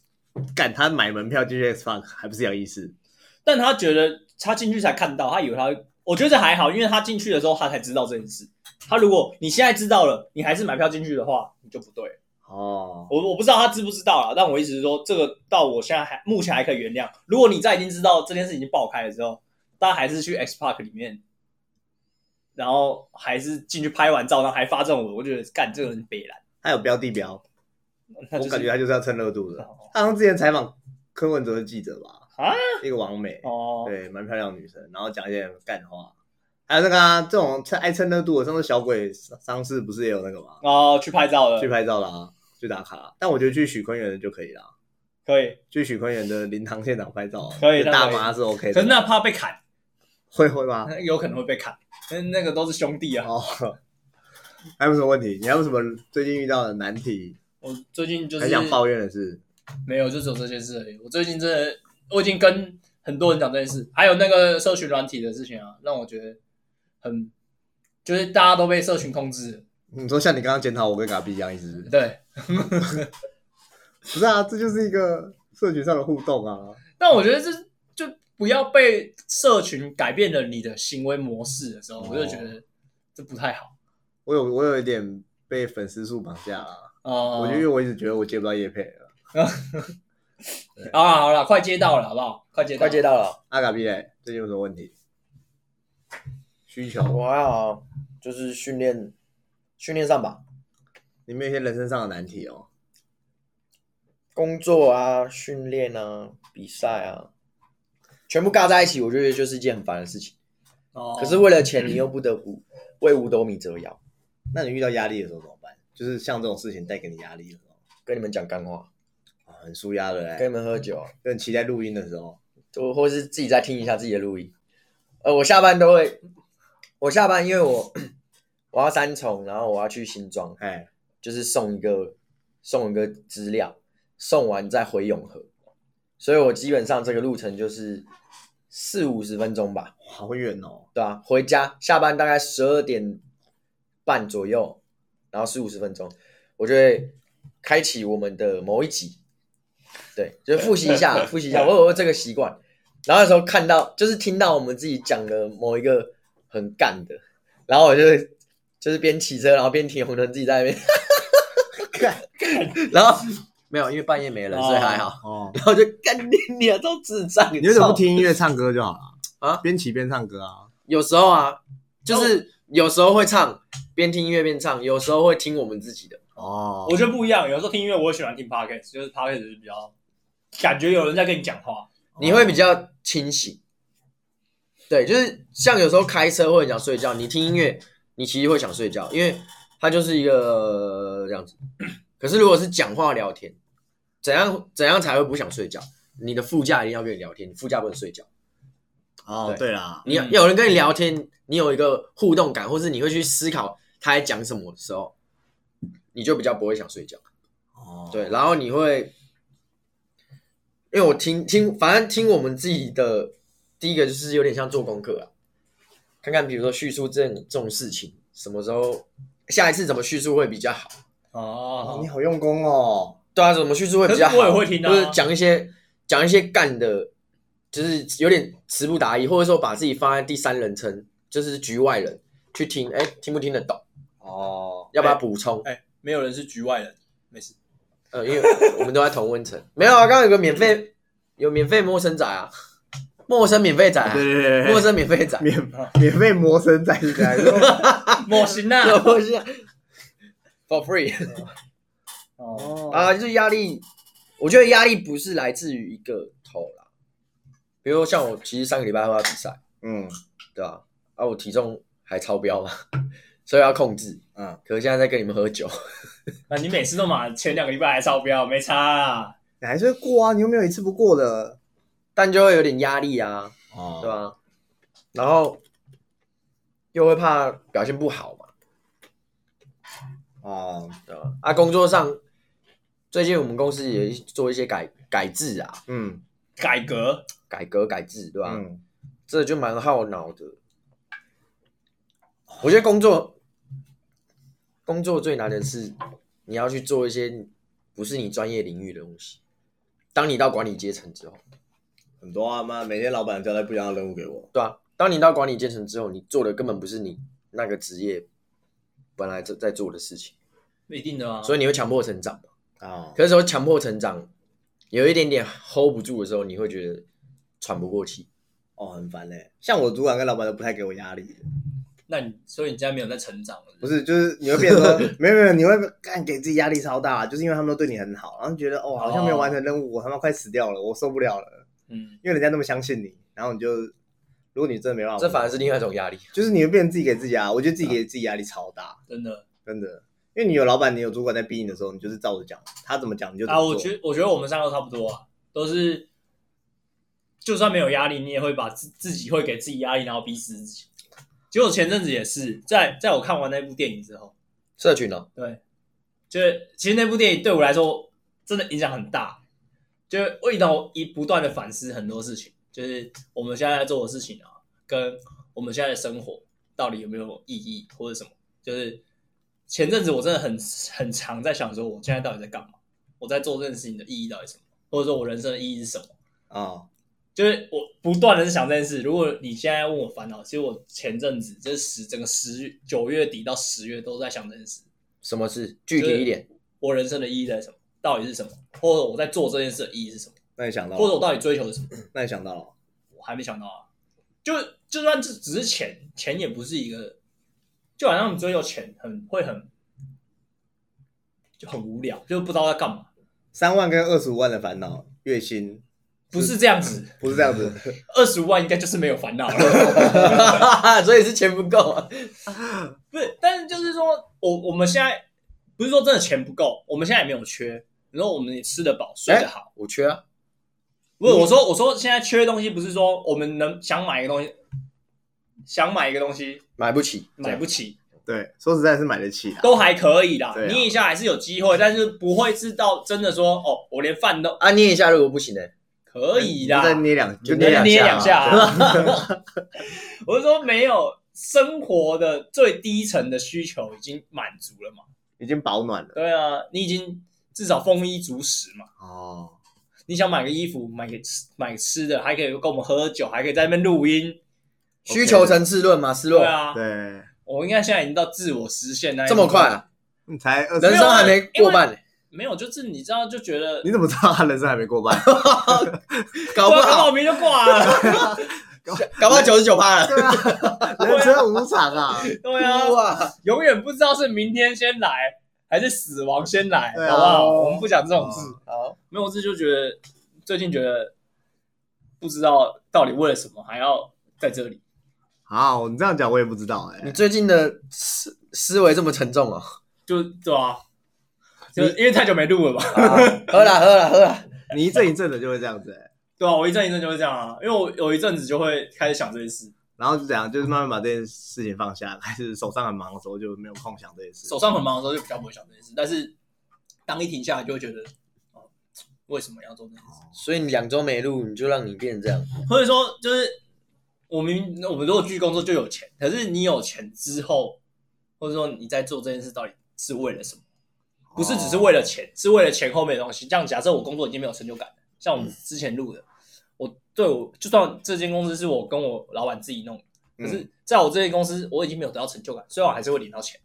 干她买门票进去 Xbox 还不是有意思？
但他觉得他进去才看到，他以为他会，我觉得这还好，因为他进去的时候他才知道这件事。他如果你现在知道了，你还是买票进去的话，你就不对了。
哦，
我我不知道他知不知道啦，但我意思是说，这个到我现在还目前还可以原谅。如果你在已经知道这件事已经爆开了之后，大家还是去 X Park 里面，然后还是进去拍完照，然后还发这种文，我觉得干这个人北蓝，
她有标地标，
那就
我感
是
觉她就是要蹭热度的。
哦
他好像之前采访柯文哲的记者吧，
啊，
一个王美，
哦，
对，蛮漂亮的女生，然后讲一些干话，还有那个、啊、这种蹭爱蹭热度的，上次小鬼丧事不是也有那个吗？
哦，去拍照了
去，拍照啦、去打卡啦、但我觉得去许坤园就可以啦，
可以，
去许坤园的灵堂现场拍照，
可以
就大妈是 OK
可
的，
是那怕被砍，
会会吗？
有可能会被砍，那那个都是兄弟啊。
哦， 还有什么问题？你还有什么最近遇到的难题，
我最近就是
还想抱怨的事？
没有，就只有这件事而已。我最近真的，我已经跟很多人讲这件事，还有那个社群软体的事情啊，让我觉得很，就是大家都被社群控制了。
你说像你刚刚检讨我跟嘎比一样，意思是不是
对，
不是啊？这就是一个社群上的互动啊。
但我觉得这就不要被社群改变了你的行为模式的时候，
哦
我就觉得这不太好。
我有我有一点被粉丝数绑架了，
哦、
我就因为我一直觉得我接不到叶配了。
好啦好啦，快接到了，好不好？快接到，
快接。到了，
阿嘎比啊嘞，最近有什么问题？需求，
我还好，就是训练训练上吧，
你们有一些人生上的难题哦。
工作啊、训练啊、比赛啊，全部尬在一起，我觉得就是一件很烦的事情。
哦，
可是为了钱，你又不得不为五斗米折腰。
那你遇到压力的时候怎么办？就是像这种事情带给你压力的时候，
跟你们讲干话，
啊，很舒压的
跟
嘞。
你们喝酒啊，
就很期待录音的时候，
就或是自己再听一下自己的录音。呃，我下班都会，我下班因为我我要三重，然后我要去新庄，
哎，
就是送一个送一个资料，送完再回永和，所以我基本上这个路程就是四五十分钟吧。
哇好远哦。
对啊，回家下班大概十二点半左右，然后四五十分钟，我就会开启我们的某一集，对，就是复习一下，复习一下，我有这个习惯。然后那时候看到，就是听到我们自己讲的某一个很干的，然后我就就是边骑车，然后边停红灯，自己 在那边干，然后没有，因为半夜没人，所以还好。
哦，
然后就干你你啊，都智障！
你为什么
操
不听音乐唱歌就好了
啊
边骑边唱歌啊，
有时候啊，
哦
就是有时候会唱，边听音乐边唱；有时候会听我们自己的。
哦，
我觉得不一样，有时候听音乐我也喜欢听 podcast，就是 podcast 就是比较感觉有人在跟你讲话，
你会比较清醒。对，就是像有时候开车会很想睡觉，你听音乐，你其实会想睡觉，因为它就是一个呃这样子。 可是如果是讲话聊天，怎样怎样才会不想睡觉？你的副驾一定要跟你聊天，你副驾不能睡觉。
哦，对啦，
你
嗯
有人跟你聊天，你有一个互动感，或是你会去思考他在讲什么的时候，你就比较不会想睡觉。
哦，
对，然后你会，因为我听听，反正听我们自己的，第一个就是有点像做功课啊，看看比如说叙述这种这种事情，什么时候下一次怎么叙述会比较好？
哦，
哦
你好用功哦，
对啊，怎么叙述会比较
可
好？
是我也会听啊
就是讲一些讲一些干的，就是有点词不达意，或者说把自己放在第三人称，就是局外人去听，哎，听不听得懂？
哦，
要不要补充？
哎，没有人是局外人，没事。
呃，因为我们都在同温层。没有啊，刚刚有个免费，有免费陌生仔啊，陌生免费仔、啊，
对对对对
陌生免费仔，
免免费魔神在是在，
莫行啊呐，
陌生 for free
哦，
啊，就是压力。我觉得压力不是来自于一个头啦，比如像我，其实上个礼拜还要比赛，
嗯
对吧、啊？我体重还超标嘛，所以要控制。
嗯，
可是现在在跟你们喝酒，
啊，你每次都嘛前两个礼拜还超标，没差啊。
你还是会过啊，你又没有一次不过的，
但就会有点压力啊。
哦
对吧、然后又会怕表现不好嘛，
哦，
对吧？啊，工作上最近我们公司也做一些改改制啊，
嗯
改革，
改革改制，对吧、
嗯，
这就蛮耗脑的。我觉得工作工作最难的是你要去做一些不是你专业领域的东西。当你到管理阶层之后，
很多啊妈，每天老板交代不一样的任务给我，
对啊，当你到管理阶层之后，你做的根本不是你那个职业本来在在做的事情。
一定的啊。
所以你会强迫成长嘛。
哦，
可是说强迫成长，有一点点 hold 不住的时候，你会觉得喘不过气。
哦，很烦嘞、像我主管跟老板都不太给我压力，
那你所以你现在没有在成长了，
不是，就是你会变成 说，没有没有，你会干给自己压力超大，就是因为他们都对你很好，然后觉得哦，好像没有完成任务，我他妈快死掉了，我受不了了，
嗯，
因为人家那么相信你，然后你就，如果你真的没办法，
这反而是另外一种压力。
就是你会变成自己给自己啊，我觉得自己给自己压力超大，
真的
真的，因为你有老板，你有主管在逼你的时候，你就是照着讲，他怎么讲你就怎
啊。
么
我
做。
觉我觉得我们三个都差不多啊，都是就算没有压力，你也会把自自己会给自己压力，然后逼死自己。结果前阵子也是在在我看完那部电影之后，
社群哦，
对，就是其实那部电影对我来说真的影响很大，就是会让我一不断的反思很多事情，就是我们现在在做的事情啊，跟我们现在的生活到底有没有意义或者什么？就是前阵子我真的很很常在想说，我现在到底在干嘛？我在做这件事情的意义到底是什么？或者说我人生的意义是什么？
啊，
就是我不断的在想这件事。如果你现在问我烦恼，其实我前阵子这十整个十九月底到十月都在想这件事。
什么事？具体一点。
我人生的意义在什么？到底是什么？或者我在做这件事的意义是什么？
那你想到
或者
了，
我到底追求的是什么？
那你想到了，
我还没想到啊。就就算这只是钱，钱也不是一个，就好像你追求钱很会很就很无聊，就不知道在干嘛。
三万跟二十五万的烦恼，月薪
不是这样子，
不是这样子，
二十五万应该就是没有烦恼了。
所以是钱不够啊。
不是，但是就是说，我我们现在不是说真的钱不够，我们现在也没有缺。你说我们也吃得饱，睡得好，
我缺啊。
不是，我说我说现在缺的东西不是说我们能想买一个东西，想买一个东西
买不起，
买不起，
对，说实在是买得起的，啊
都还可以啦，
对啊
捏一下还是有机会，但是不会知道真的说哦，我连饭都
啊，捏一下如果不行呢、
可以
你就再
啦，
捏两就
捏
捏两
再捏
下
两
啊
下、啊。我是说没有生活的最低层的需求已经满足了嘛？
已经保暖了
对啊，你已经至少丰衣足食嘛。
哦。
你想买个衣服，买个吃买吃的，还可以跟我们喝酒，还可以在那边录音。
需求层次论嘛，思路
对啊，
对，
我应该现在已经到自我实现那一
这么
部分
快，啊，
你才二
人
十，
生还没过半呢，
没有，就是你知道就觉得
啊你怎么知道他人生还没过 半？
搞不
报
好
名就挂了。
搞不好九十九趴了，
对啊，人生无常啊，
对啊，
哇，
永远不知道是明天先来还是死亡先来，
对啊
好不好？我们不讲这种事。
好，
没有，我这就觉得最近觉得不知道到底为了什么还要在这里。
好，你这样讲我也不知道哎、
你最近的思思维这么沉重哦，
就对啊，就因为太久没录了吧？
好喝啦喝啦喝啦，
你一阵一阵的就会这样子、欸，
对啊，我一阵一阵就会这样啊，因为我有一阵子就会开始想这件事，
然后就这样，就是慢慢把这件事情放下来，就是手上很忙的时候就没有空想这件事。
手上很忙的时候就比较不会想这件事，但是当一停下来就会觉得，哦，为什么要做这件事？
所以你两周没录，你就让你变成这样，
或者说就是我明我们如果去工作就有钱，可是你有钱之后，或者说你在做这件事到底是为了什么？不是
哦
只是为了钱，是为了钱后面的东西。这样假设我工作已经没有成就感了，像我们之前录的，我对我就算这间公司是我跟我老板自己弄的，可是在我这间公司我已经没有得到成就感，虽然我还是会领到钱，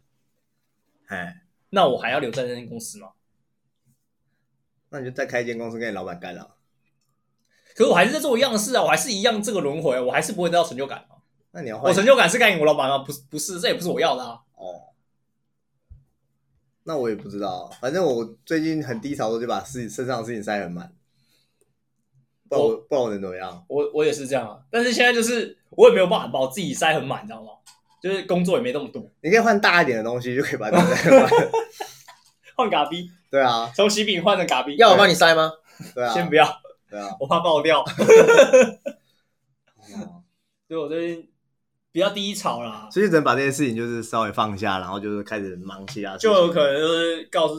哎，
那我还要留在那间公司吗？
那你就再开一间公司跟你老板干了，
可是我还是在做一样的事啊，我还是一样这个轮回，啊我还是不会得到成就感啊。
那你要换
我成就感是干赢我老板吗？不是，不是，这也不是我要的啊。
哦。那我也不知道，反正我最近很低潮，我就把事情身上的事情塞很满，不然我不然我能怎么样？
我我也是这样啊，但是现在就是我也没有办法把我自己塞很满，你知道吗？就是工作也没那么多，
你可以换大一点的东西，就可以把它塞很满。
换嘎逼，
对啊，
从喜饼换成嘎逼，
要我帮你塞吗？
对啊，
先不要，
对啊。
我怕爆掉。
哦
所以我最近比较低潮啦，
所以只能把这些事情就是稍微放下，然后就是开始忙其他事情。
就有可能就是告诉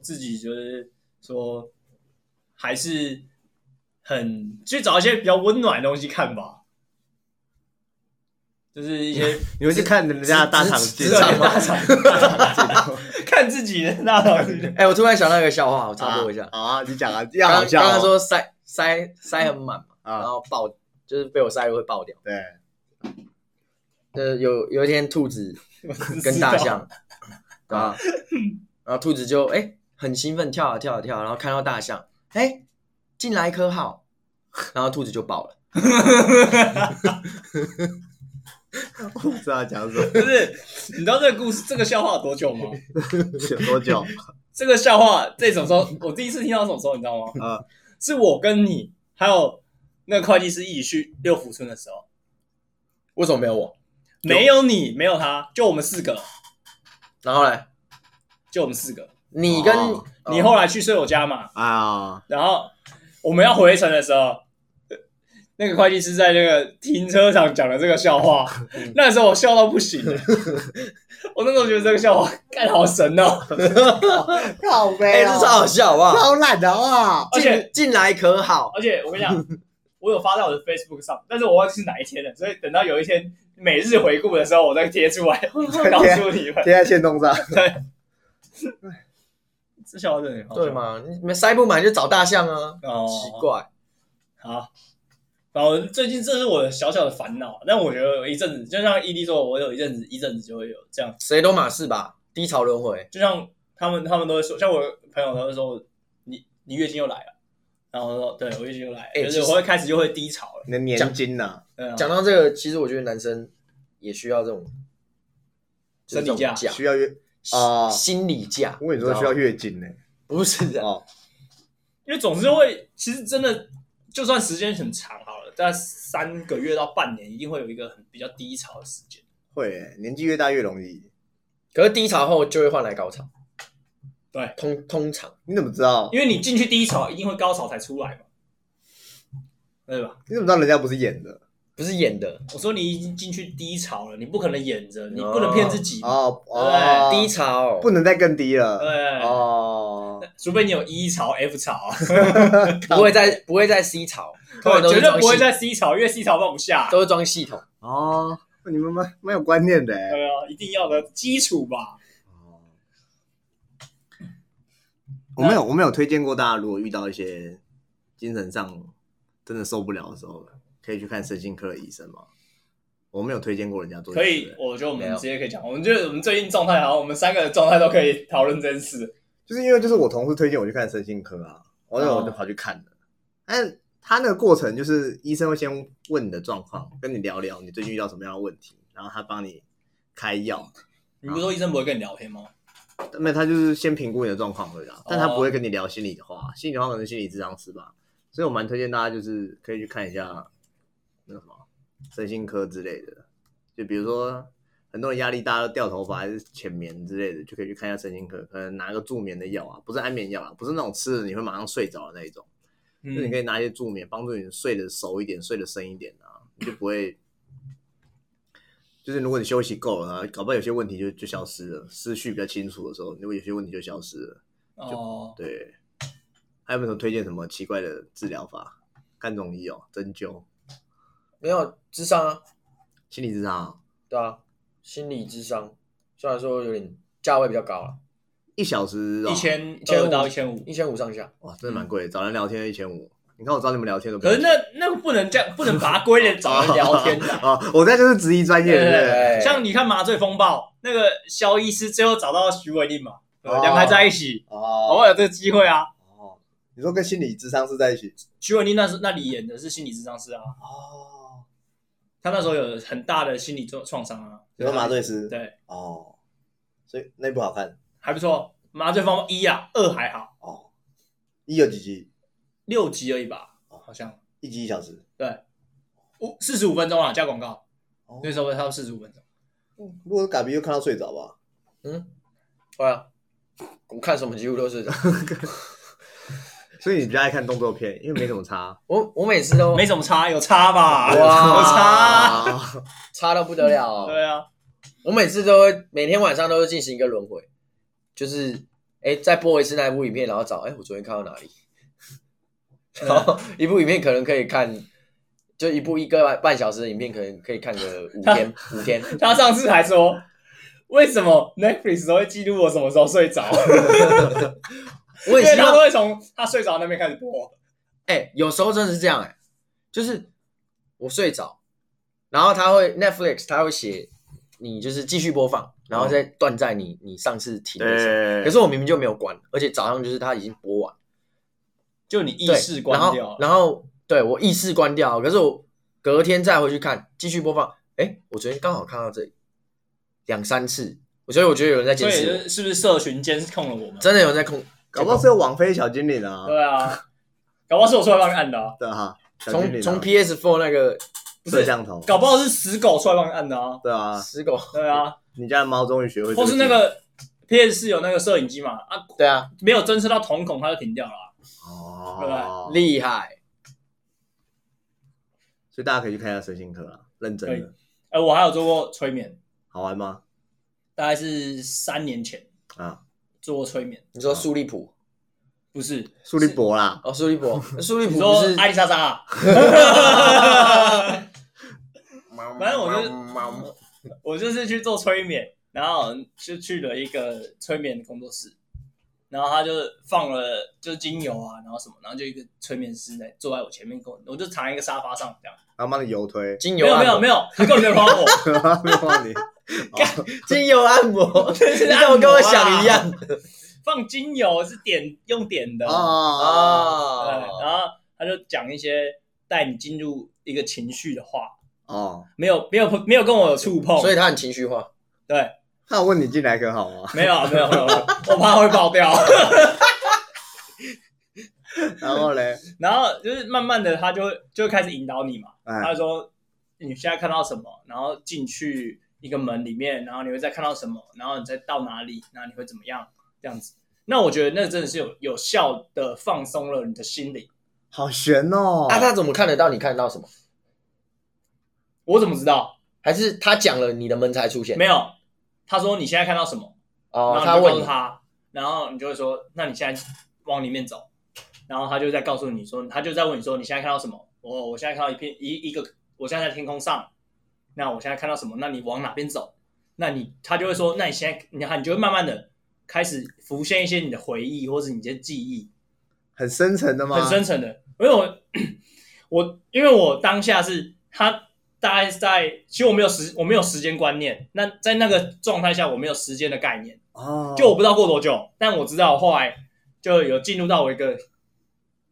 自己，就是说还是很去找一些比较温暖的东西看吧，就是 一些
你会去看人家的大场
职
剧
职职场吗
大厂看自己的那种。
哎，我突然想到一个笑话，我插播一下
啊，好啊，你讲啊，要
刚
好笑哦。
刚刚说塞塞塞很满嘛，然
啊，
后爆就是被我塞入会爆掉。
对，
呃，有有一天兔子跟大象，啊，然后兔子就哎、很兴奋跳啊跳啊跳啊，然后看到大象，哎、进来一颗好，然后兔子就爆了。
我不知道讲什么，
不是，你知道这个故事这个笑话有多久吗？
有多久？
这个笑话这种时候，我第一次听到这种时候，你知道吗？
啊
呃，
是我跟你还有那个会计师一起去六福村的时候，
为什么没有我？
没有你，没有他，就我们四个，
然后嘞，
就我们四个。
你跟、
哦
你后来去睡我家嘛，
啊，
然后我们要回程的时候，呃那个会计师在那个停车场讲了这个笑话，那时候我笑到不行了，我那时候觉得这个笑话干好神哦，
靠
哎、
背哦
这超好笑好 不好？
超烂的啊！
而且
进进来可好？
而且我跟你讲，我有发在我的 Facebook 上，但是我忘记是哪一天了，所以等到有一天每日回顾的时候，我再贴出来告诉你们。
贴在线动上，
这笑话真的很好笑
对？嘛，你们塞不满就找大象啊，
哦，
奇怪。
好。然后最近这是我的小小的烦恼，但我觉得有一阵子，就像伊利说，我有一阵子一阵子就会有这样，
谁都马是吧？低潮轮回，
就像他们他们都会说，像我朋友都会说，你你月经又来了，然后我说对我月经又来了，
哎
就
其
是
实
我会开始就会低潮了，
你的年金呐，
对啊，
讲到这个，其实我觉得男生也需要这种
生理假
就是这种啊
需要月，哦
心理假。
我跟你说需要月经呢。
不是的，
哦，
因为总是会，其实真的就算时间很长好了，但三个月到半年一定会有一个很比较低潮的时间。
会耶，年纪越大越容易。
可是低潮后就会换来高潮。
对
通通常
你怎么知道？
因为你进去低潮，一定会高潮才出来嘛，对吧？
你怎么知道人家不是演的？
不是演的，
我说你已经进去低潮了，你不可能掩着，你不能骗自己，
哦哦，
低潮
不能再更低了。
对，
哦，
除非你有 E 潮、F 潮，
不会在不会在 C 潮，通常都
绝
是
对
装
不会
系
在 C 潮，因为 C 潮放不下。啊
都是装系统。
哦，你们蛮蛮有观念的耶。
对啊，一定要的基础吧。
哦，我没有，我没有推荐过大家，如果遇到一些精神上真的受不了的时候了，可以去看身心科的医生吗？我没有推荐过人家做这
可
件事，
以，我觉得我
没有
们直接可以讲。我们觉得我们最近状态好，我们三个的状态都可以讨论这件
啊
事。
就是因为就是我同事推荐我去看身心科啊，我就
哦
我就跑去看了。但他那个过程就是医生会先问你的状况，跟你聊聊你最近遇到什么样的问题，然后他帮你开药。
你不是说医生不会跟你聊天吗？
没有，他就是先评估你的状况而已啦，但他
哦
不会跟你聊心里的话，心里的话可能是心理智商师吧。所以我蛮推荐大家就是可以去看一下那个什么身心科之类的，就比如说很多人压力大都掉头发还是浅眠之类的，就可以去看一下身心科，可能拿个助眠的药啊，不是安眠药啊，不是那种吃了你会马上睡着的那一种，就你
嗯
可，以拿一些助眠，帮助你睡得熟一点，睡得深一点啊，你就不会。就是如果你休息够了，然后搞不好有些问题就就消失了，思绪比较清楚的时候，如果有些问题就消失了。
哦，
对，还有没有什么推荐什么奇怪的治疗法？看中医哦，针灸、
没有智商啊，
心理智商啊，
对啊，心理智商虽然说有点价位比较高了，
一小时、哦、
一，千
千
二
五
到一千五。
一千五上下，
哇，真的蛮贵的。找人聊天一千五，你看我找你们聊天都不
可
要
是那那个不能这样，不能把它归类找人 聊天的。
啊，我这就是职业专业，对不对？
对
像你看《麻醉风暴》，那个肖医师最后找到徐伟宁嘛，对
哦
两个还在一起，偶
哦
尔有这个机会啊。
哦，你说跟心理智商是在一起
徐伟宁那时那里演的是心理智商师啊，
哦，
他那时候有很大的心理创创伤啊。
你说麻醉师
对，
哦，所以那部好看
还不错，《麻醉风暴》一啊，二还好，
哦，一有几集？
六集而已吧，哦好像
一集一小时。
五四十五分钟啊，加广告，
哦
那时候差不多四十五分钟。
嗯如果是嘎比又看到睡着吧，
对啊，我看什么几乎都是这样，
所以你比较爱看动作片，因为没什么 差。
我我每次都
没什么差，有差吧？
哇
有差。
啊，
差到不得了哦、
对啊，
我每次都会每天晚上都会进行一个轮回，就是哎、诶再播一次那一部影片，然后找哎、诶我昨天看到哪里，
嗯
然后一部影片可能可以看，就一部一个半半小时的影片，可能可以看个五天五天，
他上次还说，为什么 Netflix 都会记录我什么时候睡 着？
我
因
也
为
希
他
望
都会从他睡着那边开始播。
哎、有时候真的是这样哎、就是我睡着，然后他会 Netflix 他会写你就是继续播放，然后再断在你你上次停的时候，
对
可是我明明就没有关，而且早上就是他已经播完。
就你意
对，
识关掉了，
然后然后对我意识关掉，可是我隔天再回去看，继续播放。哎，我昨天刚好看到这里两三次，所以我觉得有人在监
所以
视
就
我，
是是不是社群监控了我们？
真的有人在控。
搞不好是有网飞小精灵啊，
对啊， 搞不好是我出来帮你按的啊，
对哈，小精灵
从
啊
从 PS4 那个
不
摄
是，
像头，
搞不好是死狗出来帮你按的啊，
对啊，
死狗，
对啊，
你家的猫终于学会这技能，
或是那个 PS 四有那个摄影机嘛，啊，
对啊，
没有侦测到瞳孔，它就停掉了啊。对
哦
吧，
厉害。
所以大家可以去看一下身心科啊，认真
可
的，
哎，我还有做过催眠，
好玩吗？
大概是三年前
啊，
做过催眠，
你
哦
说苏利普
不是
苏立博啦，
哦，苏 利普，苏利普
你说
不是，
艾丽莎莎啊，反正我就是我就是去做催眠，然后就去了一个催眠工作室，然后他就放了就精油啊，然后什么，然后就一个催眠师在坐在我前面跟我，我就躺在一个沙发上这样，
然后帮你油推
精
没
油
有
按
没有
摩，
没有，他根本没有帮我，
没有帮你，
精油按 摩， 你
是按摩啊
怎么跟我想一 样
放精油是点用点的，
哦
对
啊？
然后他就讲一些带你进入一个情绪的话，
哦，
没有没有没有跟我有触碰，
所以他很情绪化，
对，
那我问你进来可好啊？
没有 没有没有，我怕会爆掉。
然后嘞，
然后就是慢慢的，他就会就会开始引导你嘛。他
嗯
哎，
就说你现在看到什么，然后进去一个门里面，然后你会再看到什么，然后你再到哪里，然后你会怎么样这样子。那我觉得那真的是有有效的放松了你的心灵。
好悬哦，
啊那他怎么看得到你看到什么？
我怎么知道？
还是他讲了你的门才出现？
没有，他说你现在看到什么，
哦，
然后你就告
问你
诉他，然后你就会说，那你现在往里面走，然后他就在告诉你说，他就在问你说，你现在看到什么？哦我我现在看到一片一一个，我现在在天空上，那我现在看到什么？那你往哪边走？那你他就会说，那你现在你看，你就会慢慢的开始浮现一些你的回忆或者你的记忆，
很深沉的吗？
很深层的。因为我我因为我当下是他大概是在，其实我没有时我没有时间观念，那在那个状态下我没有时间的概念，
哦，
就我不知道过多久，但我知道后来就有进入到我一个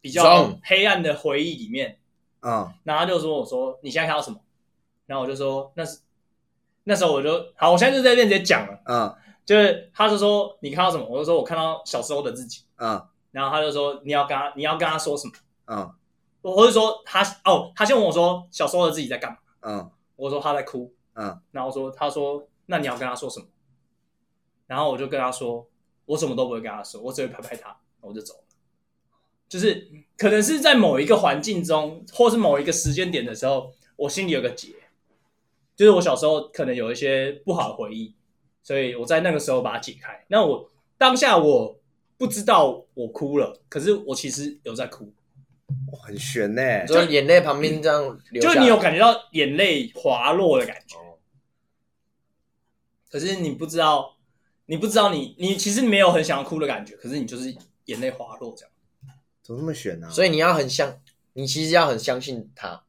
比较
Zone
黑暗的回忆里面，
嗯
然后他就说我说你现在看到什么？然后我就说那是那时候我就好，我现在就在这边直接讲了，
嗯
就是他就说你看到什么？我就说我看到小时候的自己，
嗯
然后他就说你要跟他你要跟他说什么？
嗯
我或者说他哦，他先问我说小时候的自己在干嘛，
嗯
我说他在哭，
嗯，
然后说他说那你要跟他说什么？然后我就跟他说我什么都不会跟他说，我只会拍拍他，我就走了。就是可能是在某一个环境中，或是某一个时间点的时候，我心里有个结，就是我小时候可能有一些不好的回忆，所以我在那个时候把它解开。那我当下我不知道我哭了，可是我其实有在哭。
哇很悬呢、
你说眼泪旁边这样流下
哎就
来，哦
是你有感觉到眼泪滑落的感觉，可是你不知道，你不知道你你其实没有很想要哭的感觉，可是你就是眼泪滑落这样。
怎么那么悬呢、啊？
所以你要很相，你其实要很相信他，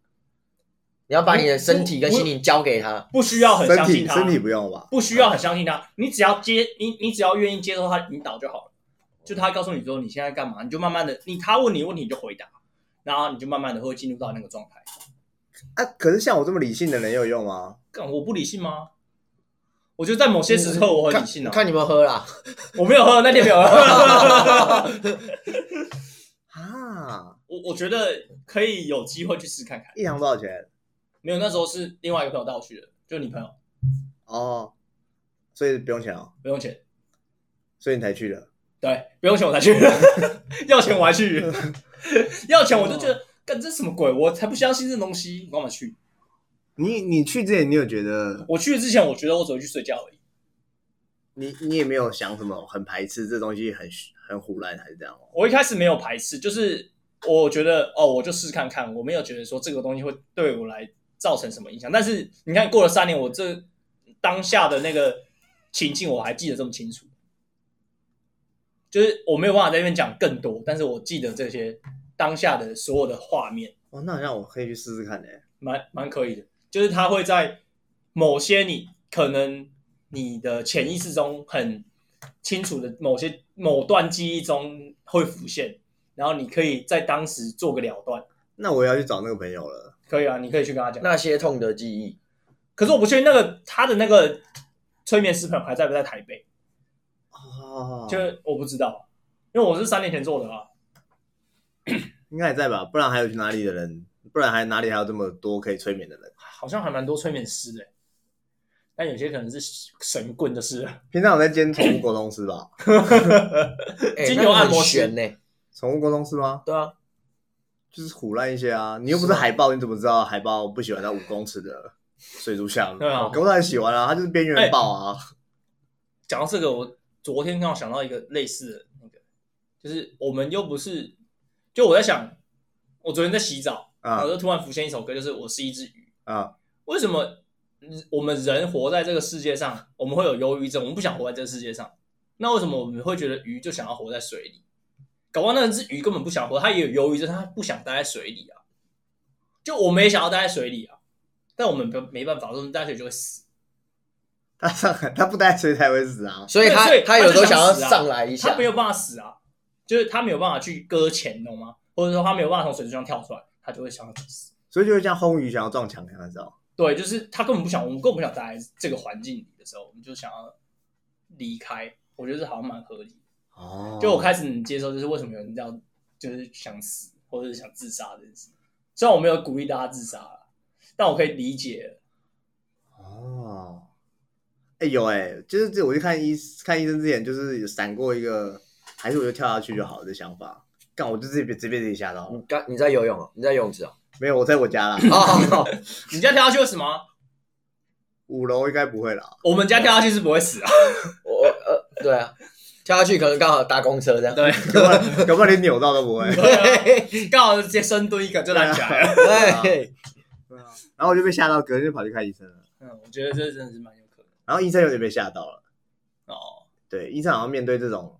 你要把你的身体跟心灵交给他。
不需要很
身
相信
体
他，
身体不用吧？
不需要很相信他，你只要接你你只要愿意接受他的引导就好了。就他告诉你说你现在干嘛，你就慢慢的，你他问你问题你就回答，然后你就慢慢的会进入到那个状态。
啊，可是像我这么理性的人有用吗？
干我不理性吗？我觉得在某些时刻我很理性啊，
看你们喝啦，
我没有喝，那天没有喝。
啊，
我我觉得可以有机会去试看看。
一堂多少钱？
没有，那时候是另外一个朋友带我去的，就你朋友
哦，所以不用钱哦，
不用钱，
所以你才去的。
对，不用钱我才去， 要钱我还去， 要钱我就觉得，干这什么鬼，我才不相信这东西，我干嘛去？
你你去之前，你有觉得
我去之前我觉得我只会去睡觉而已，
你你也没有想什么很排斥这东西很很胡乱还是这样哦？
我一开始没有排斥，就是我觉得哦，我就试看看，我没有觉得说这个东西会对我来造成什么影响。但是你看，过了三年，我这当下的那个情境我还记得这么清楚，就是我没有办法在那边讲更多，但是我记得这些当下的所有的画面，
哦，那好像我可以去试试看呢、
蛮蛮可以的。就是它会在某些你可能你的潜意识中很清楚的某些某段记忆中会浮现，然后你可以在当时做个了断。
那我也要去找那个朋友了。
可以啊，你可以去跟他讲。
那些痛的记忆，
可是我不确定那个他的那个催眠师朋友还在不在台北，
哦，
就我不知道，啊因为我是三年前做的啊。
应该还在吧？不然还有去哪里的人？不然还哪里还有这么多可以催眠的人？
好像还蛮多催眠师的、欸但有些可能是神棍的事，
平常我在兼宠物沟通师吧？
哎
精油按摩师
那很悬呢。
宠物沟通师吗？
对啊，
就是胡乱一些啊！你又不是海豹，你怎么知道海豹不喜欢那五公尺的 水族箱？
对啊
搞不好很喜欢啊，它就是边缘豹啊。
讲到这个，我昨天刚好想到一个类似的那个，就是我们又不是，就我在想，我昨天在洗澡，然
啊
后就突然浮现一首歌，就是我是一只鱼。
啊
为什么嗯我们人活在这个世界上，我们会有忧郁症？我们不想活在这个世界上，那为什么我们会觉得鱼就想要活在水里？搞不好那只鱼根本不想活，啊它也有忧郁症，它不想待在水里啊。就我们也想要待在水里啊，但我们没没办法，我们待在水里就会死。
它上海，它不带水才会死啊！
所以
对
他
所以
他有时候想要
他就想死啊
上来一
他
下
没，有办法死啊，就是他没有办法去搁浅，你懂吗？或者说他没有办法从水中央跳出来，他就会想要去死。
所以就会像轰鱼想要撞墙一样，你知道吗？
对，就是他根本不想，我们根本不想待在这个环境里的时候，我们就想要离开。我觉得这好像蛮合理的。
哦
就我开始能接受，就是为什么有人这样，就是想死或者是想自杀这件事。虽然我没有鼓励大家自杀啦，但我可以理解。
哦，哎、有哎、就是这我去看医看医生之前，就是有闪过一个，还是我就跳下去就好的想法。干，我就自己被直接被自己吓到了。
你刚你在游泳哦，你在游泳池哦。
没有，我在我家啦，
哦，
你家跳下去会死吗？
五楼应该不会啦。
我们家跳下去是不会死啊。
我我呃，对啊，跳下去可能刚好搭公车这样。
对，
搞不好搞不好连扭到都不会。
对啊刚好直接深蹲一个就站起来了。
对，
然后我就被吓到，隔天就跑去看医生了。
嗯，我觉得这真的是蛮有可能
然后医生有点被吓到了。
的哦。
对，医生好像面对这种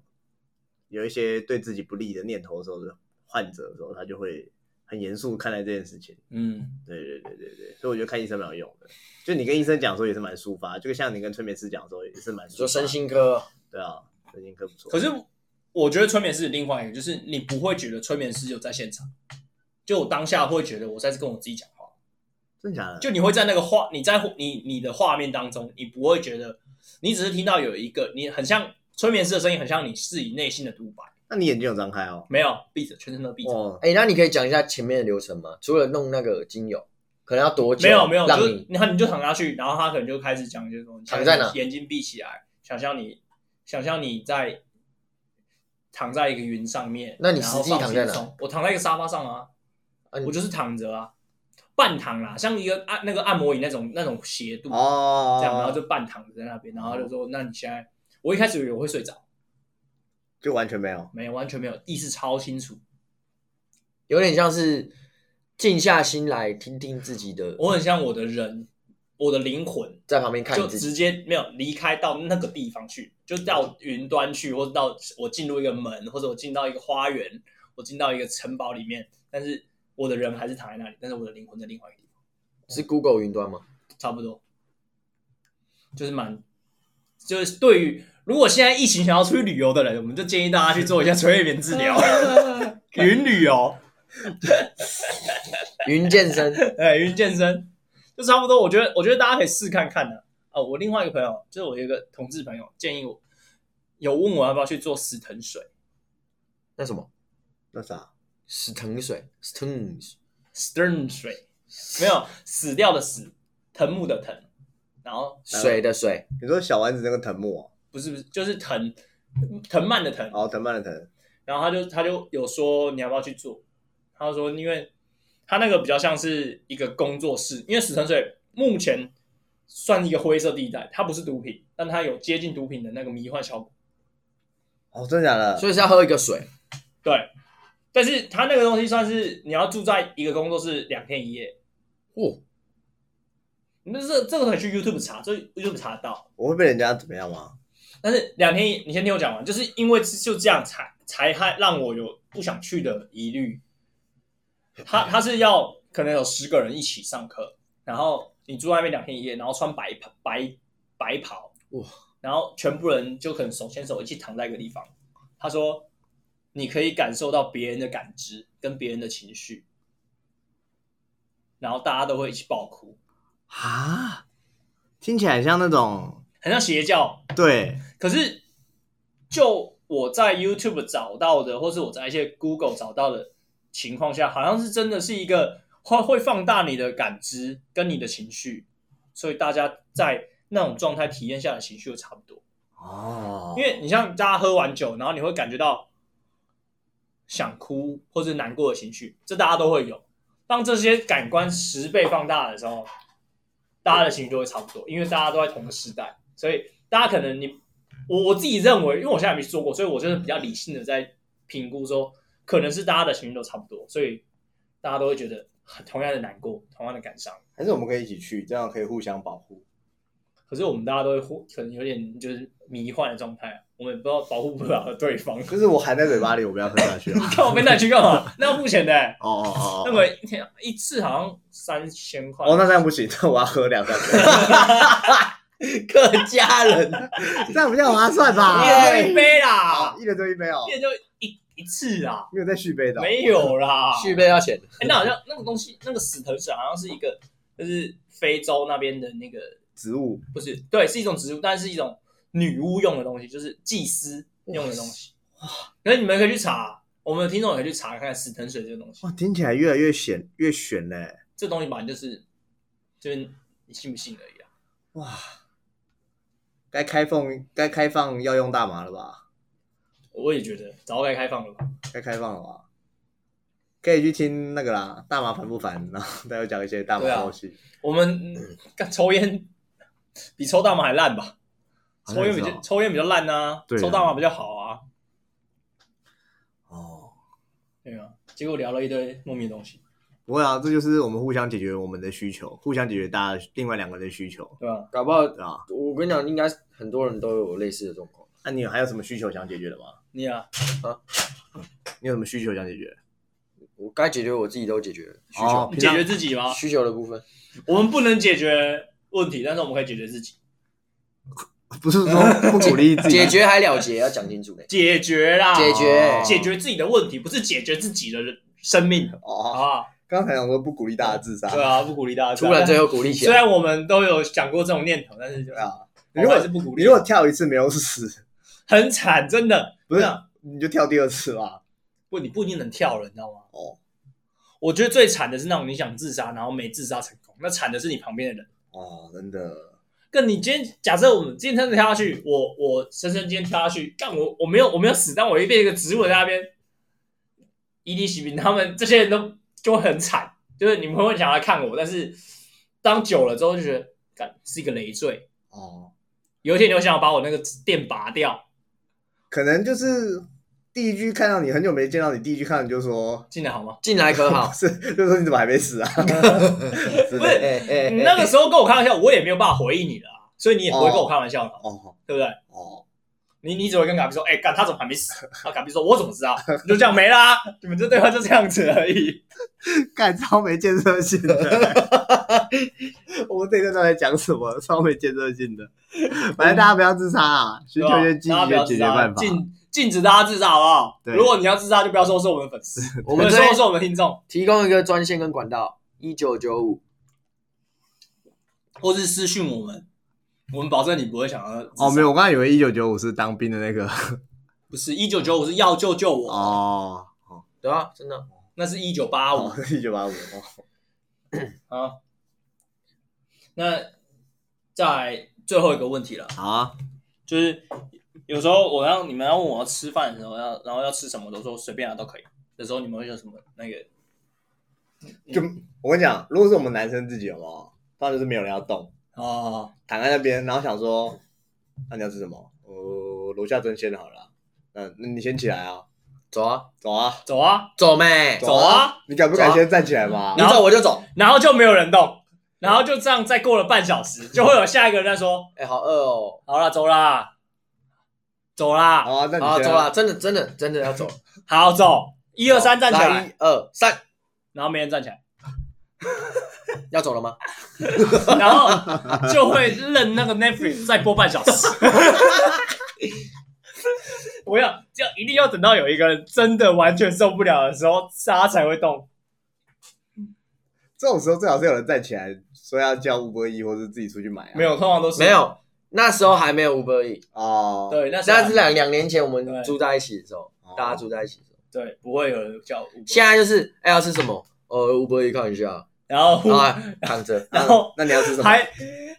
有一些对自己不利的念头的时候，患者的时候，他就会很严肃看待这件事情。
嗯，
对对对对对，所以我觉得看医生蛮有用的。就你跟医生讲的时候也是蛮抒发，就像你跟催眠师讲的时候也是蛮抒
说
发。
身心科
对啊，身心科不错。
可是我觉得催眠师另外一个就是你不会觉得催眠师有在现场，就我当下会觉得我在跟我自己讲话，
真的假的？
就你会在那个画你在你你的画面当中，你不会觉得你只是听到有一个你很像催眠师的声音，很像你自己内心的独白，
那你眼睛有张开哦？
没有闭着，全身都闭着。
哦，
哎、那你可以讲一下前面的流程吗？除了弄那个精油，可能要多久？
没有没有，
让
就是
你
然后你就躺下去，然后他可能就开始讲，就是说你
躺在哪
眼睛闭起来，想象你想象你在躺在一个云上面，
那你
然后
实际躺
放
在
轻
哪
松？我躺在一个沙发上啊，
啊你
我就是躺着啊，半躺啦，像一个按那个按摩椅那种那种斜度，
哦，
这样，然后就半躺着在那边，然后他就说，那你现在，我一开始以为我会睡着，
就完全没有。
没有，完全没有，意识超清楚，
有点像是静下心来听听自己的，
我很像我的人，我的灵魂
在旁边看
就
你自己。
直接没有离开到那个地方去，就到云端去，或者到我进入一个门，或者我进到一个花园，我进到一个城堡里面，但是我的人还是躺在那里，但是我的灵魂在另外一个地方，
是 Google 云端吗？
差不多，就是蛮，就是对于如果现在疫情想要出去旅游的人，我们就建议大家去做一下催眠治疗，云旅游，
云健身，
哎，云健身，就差不多。我觉得，我觉得大家可以试看看的、啊。我另外一个朋友，就是我有一个同志朋友，建议我有问我要不要去做死藤水
那什么
那啥，
死藤水 （stones），
（stern 水），没有死掉的死，藤木的藤，然后
水的水，
你说小丸子那个藤木哦
不是不是就是藤藤蔓的藤。
哦，哦藤蔓的藤，
然后他就他就有说你要不要去做，他就说因为他那个比较像是一个工作室，因为死藤水目前算一个灰色地带，它不是毒品，但它有接近毒品的那个迷幻效果。
哦，真的假的？
所以是要喝一个水。
对，但是他那个东西算是你要住在一个工作室两天一夜，
哦，
那这这个可以去 YouTube 查，这 YouTube 查得到。
我会被人家怎么样吗？
但是两天一，你先听我讲完，就是因为就这样才才还让我有不想去的疑虑。他他是要可能有十个人一起上课，然后你住在那边两天一夜，然后穿白袍白白袍，
哇，
然后全部人就可能手牵手一起躺在一个地方。他说你可以感受到别人的感知跟别人的情绪，然后大家都会一起爆哭，
啊，听起来像那种
很像邪教，
对
可是就我在 YouTube 找到的，或是我在一些 Google 找到的情况下，好像是真的是一个会会放大你的感知跟你的情绪，所以大家在那种状态体验下的情绪都差不多。
哦，
因为你像大家喝完酒，然后你会感觉到想哭或是难过的情绪，这大家都会有。当这些感官十倍放大的时候，大家的情绪都会差不多，因为大家都在同个时代，所以大家可能你我我自己认为，因为我现在还没做过，所以我就是比较理性的在评估说，可能是大家的情绪都差不多，所以大家都会觉得同样的难过，同样的感伤。
还是我们可以一起去，这样可以互相保护。
可是我们大家都会忽可能有点就是迷幻的状态啊，我们也不知道保护不了对方。
就是我含在嘴巴里，我不要喝下去啊。
看我被带去干嘛？那要付钱的、欸，
哦哦哦
那
哦，
么一天一次好像三千块。
哦，那这样不行，那我要喝两三杯，
客家人，
这样比较划算吧？
一人就一杯啦
好，，一人就一杯哦
一，人就一一次啦，
没有在续杯的哦，
没有啦。
续杯要钱的。
欸那好像那个东西，那个死藤水好像是一个，就是非洲那边的那个，
植物
不是对，是一种植物，但是一种女巫用的东西，就是祭司用的东西。哇，可是你们可以去查，我们的听众也可以去查看看死藤水这个东西。
哇，听起来越来越险，越悬嘞！
这东西吧，就是就是你信不信而已啊。
哇，该开放该开放要用大麻了吧？
我也觉得早该开放了吧。
该开放了吧？可以去听那个啦，大麻烦不烦？ 然后再有讲一些大麻
对啊
东西，
我们嗯干抽烟比抽大麻还烂吧？
好像
抽烟比较
是哦
抽烟比较烂呐、
对啊
抽大麻比较好啊。
哦。
对啊，结果聊了一堆莫名的东西，
不会啊，这就是我们互相解决我们的需求，互相解决大家另外两个人的需求，
对吧、
搞不好，
对啊，
我跟你讲，应该很多人都有类似的状况。
那你有还有什么需求想解决的吗？
你啊，
你有什么需求想解决？
我我该解决我自己都解决了，需求、
哦
你解决自己吗？
需求的部分，
我们不能解决问题，但是我们可以解决自己，
不是说不鼓励自己
解决还了结要讲清楚呢。
解决啦，
解决
解决自己的问题，不是解决自己的人生命，好不
哦。
好？
刚才想说不鼓励大家自杀，
对啊，不鼓励大家。
突然最后鼓励起
虽
来，
然我们都有想过这种念头，但是就
对啊。
我
你
们
如
还
果
是不鼓
你
励
如，果跳一次没有死，
很惨，真的。
不是
真的
你就跳第二次吧。
不，你不一定能跳了，你知道吗？
哦
我觉得最惨的是那种你想自杀，然后没自杀成功，那惨的是你旁边的人。
哦，真的，
跟你今天假设我们今天真的跳下去，我我深深今天跳下去，干我我没有我没有死，但我一变一个植物人在那边，伊迪喜兵他们这些人都就会很惨，就是你们会想来看我，但是当久了之后就觉得，干是一个累赘，
哦，
有一天你就想要把我那个电拔掉，
可能就是第一句看到你很久没见到你，第一句看到你就说，？
进来好吗？
进来可 好
是就说你怎么还没 死啊？之
不是
类的
哎哎，
你那个时候跟我开玩笑，我也没有办法回应你了啊，所以你也不会跟我开玩笑了，
哦
对不对？
哦，
你你只会跟嘎比说，哎、干他怎么还没死？啊，嘎比说，我怎么知道？你就这样没啦、你们这对话就这样子而已。
干超没建设性的。我们这一段到底在讲什么？超没建设性的。反正大家不要自杀啊，寻求一些积
对
极
吧大家
的
不要
解
自
决
杀
办法。
禁禁止大家自杀好不好？
对
如果你要自杀，就不要说是我们的 粉丝，
我们
或
这
者
边
说是我们的听众，
提供一个专线跟管道，一九九五。
或是私讯我们，我们保证你不会想要自杀
哦，没有，，我刚才以为一九九五是当兵的那个。
不是一九九五是要救救我，
哦，
对啊，真的。
那是一九八五
哦，一九八五。哦
啊。那再来最后一个问题了，
好啊，
就是有时候我让你们要问我要吃饭的时候，要然后要吃什么，我都说随便啊都可以。有时候你们会有什么那个
就我跟你讲，如果是我们男生自己有没有，当然就是没有人要动，
哦，
躺在那边，然后想说，那你要吃什么？呃，楼下真鲜好了啊。嗯，那你先起来啊，
走啊，
走啊，
走啊，
走没？
走啊！
你敢不敢先站起来嘛
你？走我就走。
然后就没有人动，然后就这样再过了半小时，就会有下一个人在说
哎，好饿哦。：“
好啦，走啦，走啦，
好啊，那你
好，
先
走啦，真的，真的，真的要走。
好走，一二三站起
来
来。
一二三，”
然后没人站起来，
要走了吗？
然后就会任那个 Netflix 再播半小时。 我要这样，一定要等到有一个人真的完全受不了的时候，他才会动。
这种时候最好是有人站起来说要叫乌波一，或是自己出去买、啊。
没有，通常都是
没。有，那时候还没有 Uber E，
哦，，
对，那是啊
那是两两年前我
对
们住在一起的时候
哦，
大家住在一起的时候。
对，不会有人叫 Uber
现在就是，哎，要吃什么？哦，Uber E 看一下，
然后
然后还躺着。
那
然后
那你要吃什么？
还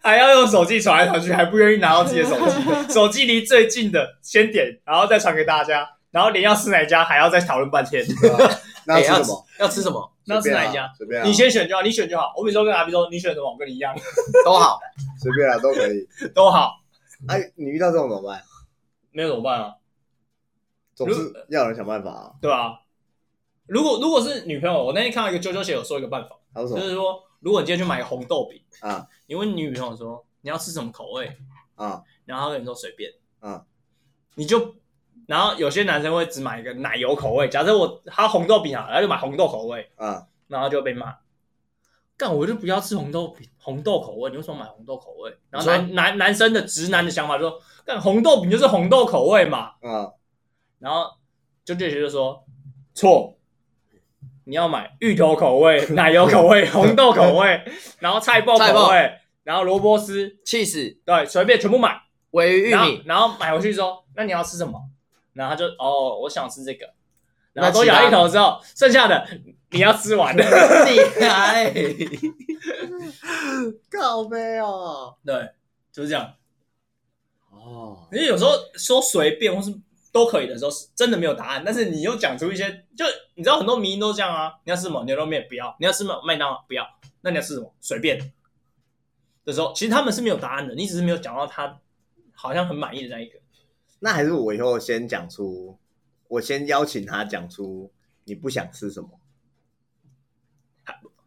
还要用手机传来传去，还不愿意拿到自己的手 机，手机离最近的先点，然后再传给大家，然后连要吃哪一家还要再讨论半天。
对 啊那
哎
要
要
吃什么？？
要吃什么？
那要吃
随便啊
哪一家？
随便、啊，
你先选就好，你选就好。我每次都跟阿 B 说，你选什么，我跟你一样
都好。
随便啊，都可 以。
都好，
哎，你遇到这种怎么办？
没有怎么办啊？
总是要有人想办法啊。
对吧、啊？如果如果是女朋友，我那天看到一个啾啾姐有说一个办法，
他说什
就
么
是说，如果你今天去买个红豆饼，
啊
你问你女朋友说你要吃什么口味，
啊？
然后他跟你说随便，
嗯，
你就，然后有些男生会只买一个奶油口味，假设我他红豆饼啊，他就买红豆口味，
啊，
然后就被骂，干我就不要吃红豆饼，红豆口味，你为什么买红豆口味？然后男男男生的直男的想法就说，干红豆饼就是红豆口味嘛，
啊，
然后就这些就说错。你要买芋头口味、奶油口 味、红豆口味，然后菜爆
菜
口
爆
味，然后萝卜丝，
气死
对，随便全部买。
尾鱼玉
然后
米，
然后买回去之后，那你要吃什么？然后他就哦，我想吃这个，然后
那
都
其他
咬一口之后，剩下的你要吃 完
你哎，
靠背哦。
对，就是这样。
哦，
因为有时候说随便或是都可以的时候，是真的没有答案，但是你又讲出一些，就你知道很多迷因都这样啊。你要吃什么牛肉面不要，你要吃什么麦当劳不要，那你要吃什么随便的时候，其实他们是没有答案的，你只是没有讲到他好像很满意的那一个。
那还是我以后先讲出，我先邀请他讲出你不想吃什么。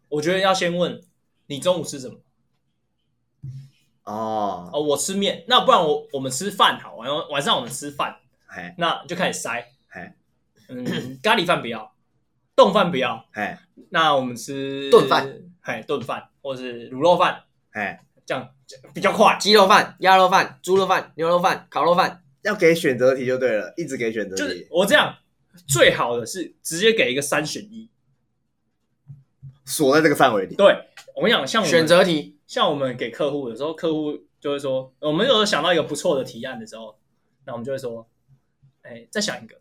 我觉得要先问你中午吃什么。
哦，
哦，我吃面，那不然我我们吃饭好，晚晚上我们吃饭，
哎
那就开始塞，
哎，
嗯，咖喱饭不要，冻饭不要，
哎
那我们吃
炖饭，
哎，炖饭或是卤肉饭，
哎，
这样这样比较快。
鸡肉饭、鸭肉饭、猪肉饭、牛肉饭、烤肉饭，
要给选择题就对了，一直给选择
就是
题，
我这样最好的是直接给一个三选一。
锁在这个范围里。
对我跟你讲，像我们
选择题，
像我们给客户有时候，客户就会说，我们有时候想到一个不错的提案的时候，那我们就会说，哎，再想一个，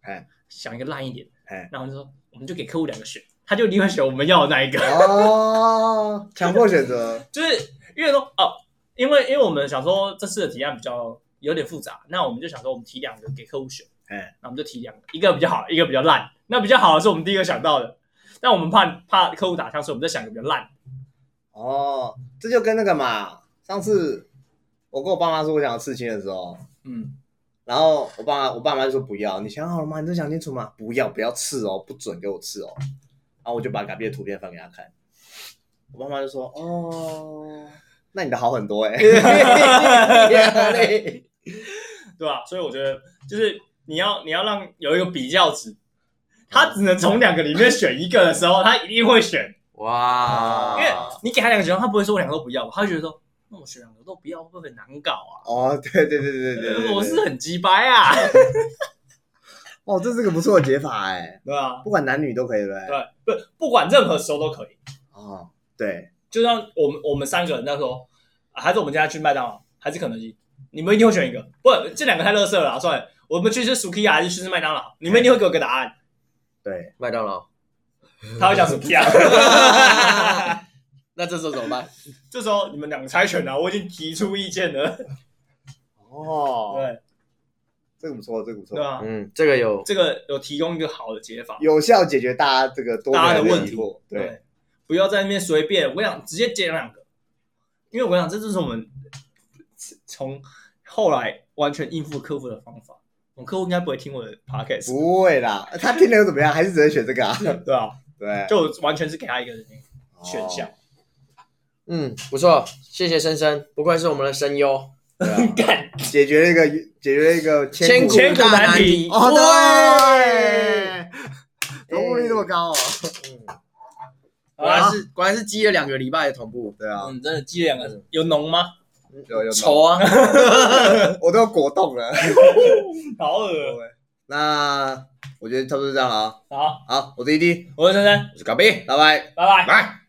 哎，
想一个烂一点，
哎，
那我们就说，我们就给客户两个选，他就一定会选我们要的那一个，
哦，强迫选择，
就是因为说哦，因为因为我们想说这次的提案比较有点复杂，那我们就想说我们提两个给客户选，
哎，
那我们就提两个，一个比较好，一个比较烂。那比较好的是我们第一个想到的，但我们怕怕客户打枪，所以我们在想一个比较烂。
哦，这就跟那个嘛，上次我跟我爸妈说我想要刺青的时候，
嗯，
然后我爸我爸妈就说不要，你想好了吗？你都想清楚吗？不要不要刺哦，不准给我刺哦。然后我就把隔壁的图片翻给他看，我爸妈就说哦，那你的好很多 哎、欸。
对吧？所以我觉得就是你要你要让有一个比较值，他只能从两个里面选一个的时候，他一定会选，
哇
啊
因为你给他两个选项，他不会说我两个都不要吧，他会觉得说那我选两个都不要会不会很难搞啊？
哦，对对对对对对对，
我是很鸡掰啊，
哦，这是个不错的解法哎、
对吧？
不管男女都可以对不对？
对，不不管任何时候都可以。
哦，对，
就像我们我们三个人那时候，啊还是我们今天去麦当劳，还是肯德基，你们一定会选一个。不，这两个太乐色了啊，算了，我们去吃 Sukiya 还是去吃麦当劳？你们一定会给我个答案。
对，
麦当劳。
他会讲 Sukiya。
那这时候怎么办？
这时候你们两个猜拳了、我已经提出意见了。
哦，
对
这个不错，这个不
对
错，
啊吧？
嗯，这个有
这个有提供一个好的解法，
有效解决大家这个多
大家的
年
问
疑
题
惑。对，
不要在那边随便。我想直接接两个，因为我想这就是我们从后来完全应付客户的方法。我们客户应该不会听我的 podcast，
不会啦， 他听了又怎么样？还是只能选这个啊？
对吧、
对，
就完全是给他一个选项
哦。。
嗯不错，谢谢深深，不愧是我们的声优。
对啊
干
解决了一个解决了一个
千
古
千古难
难
题
题
哦，
哇
对，同步率这么高哦，
嗯
好
果
啦
然是果然是积了两个礼拜的同步，
对啊，
嗯，真的记两个有浓吗？
有有
愁啊！
我都果冻了。
好恶
那我觉得差不多就这样了啊。
好，
好，我是 ED，
我是珊珊，
我是高斌，
拜拜。
拜拜。
拜。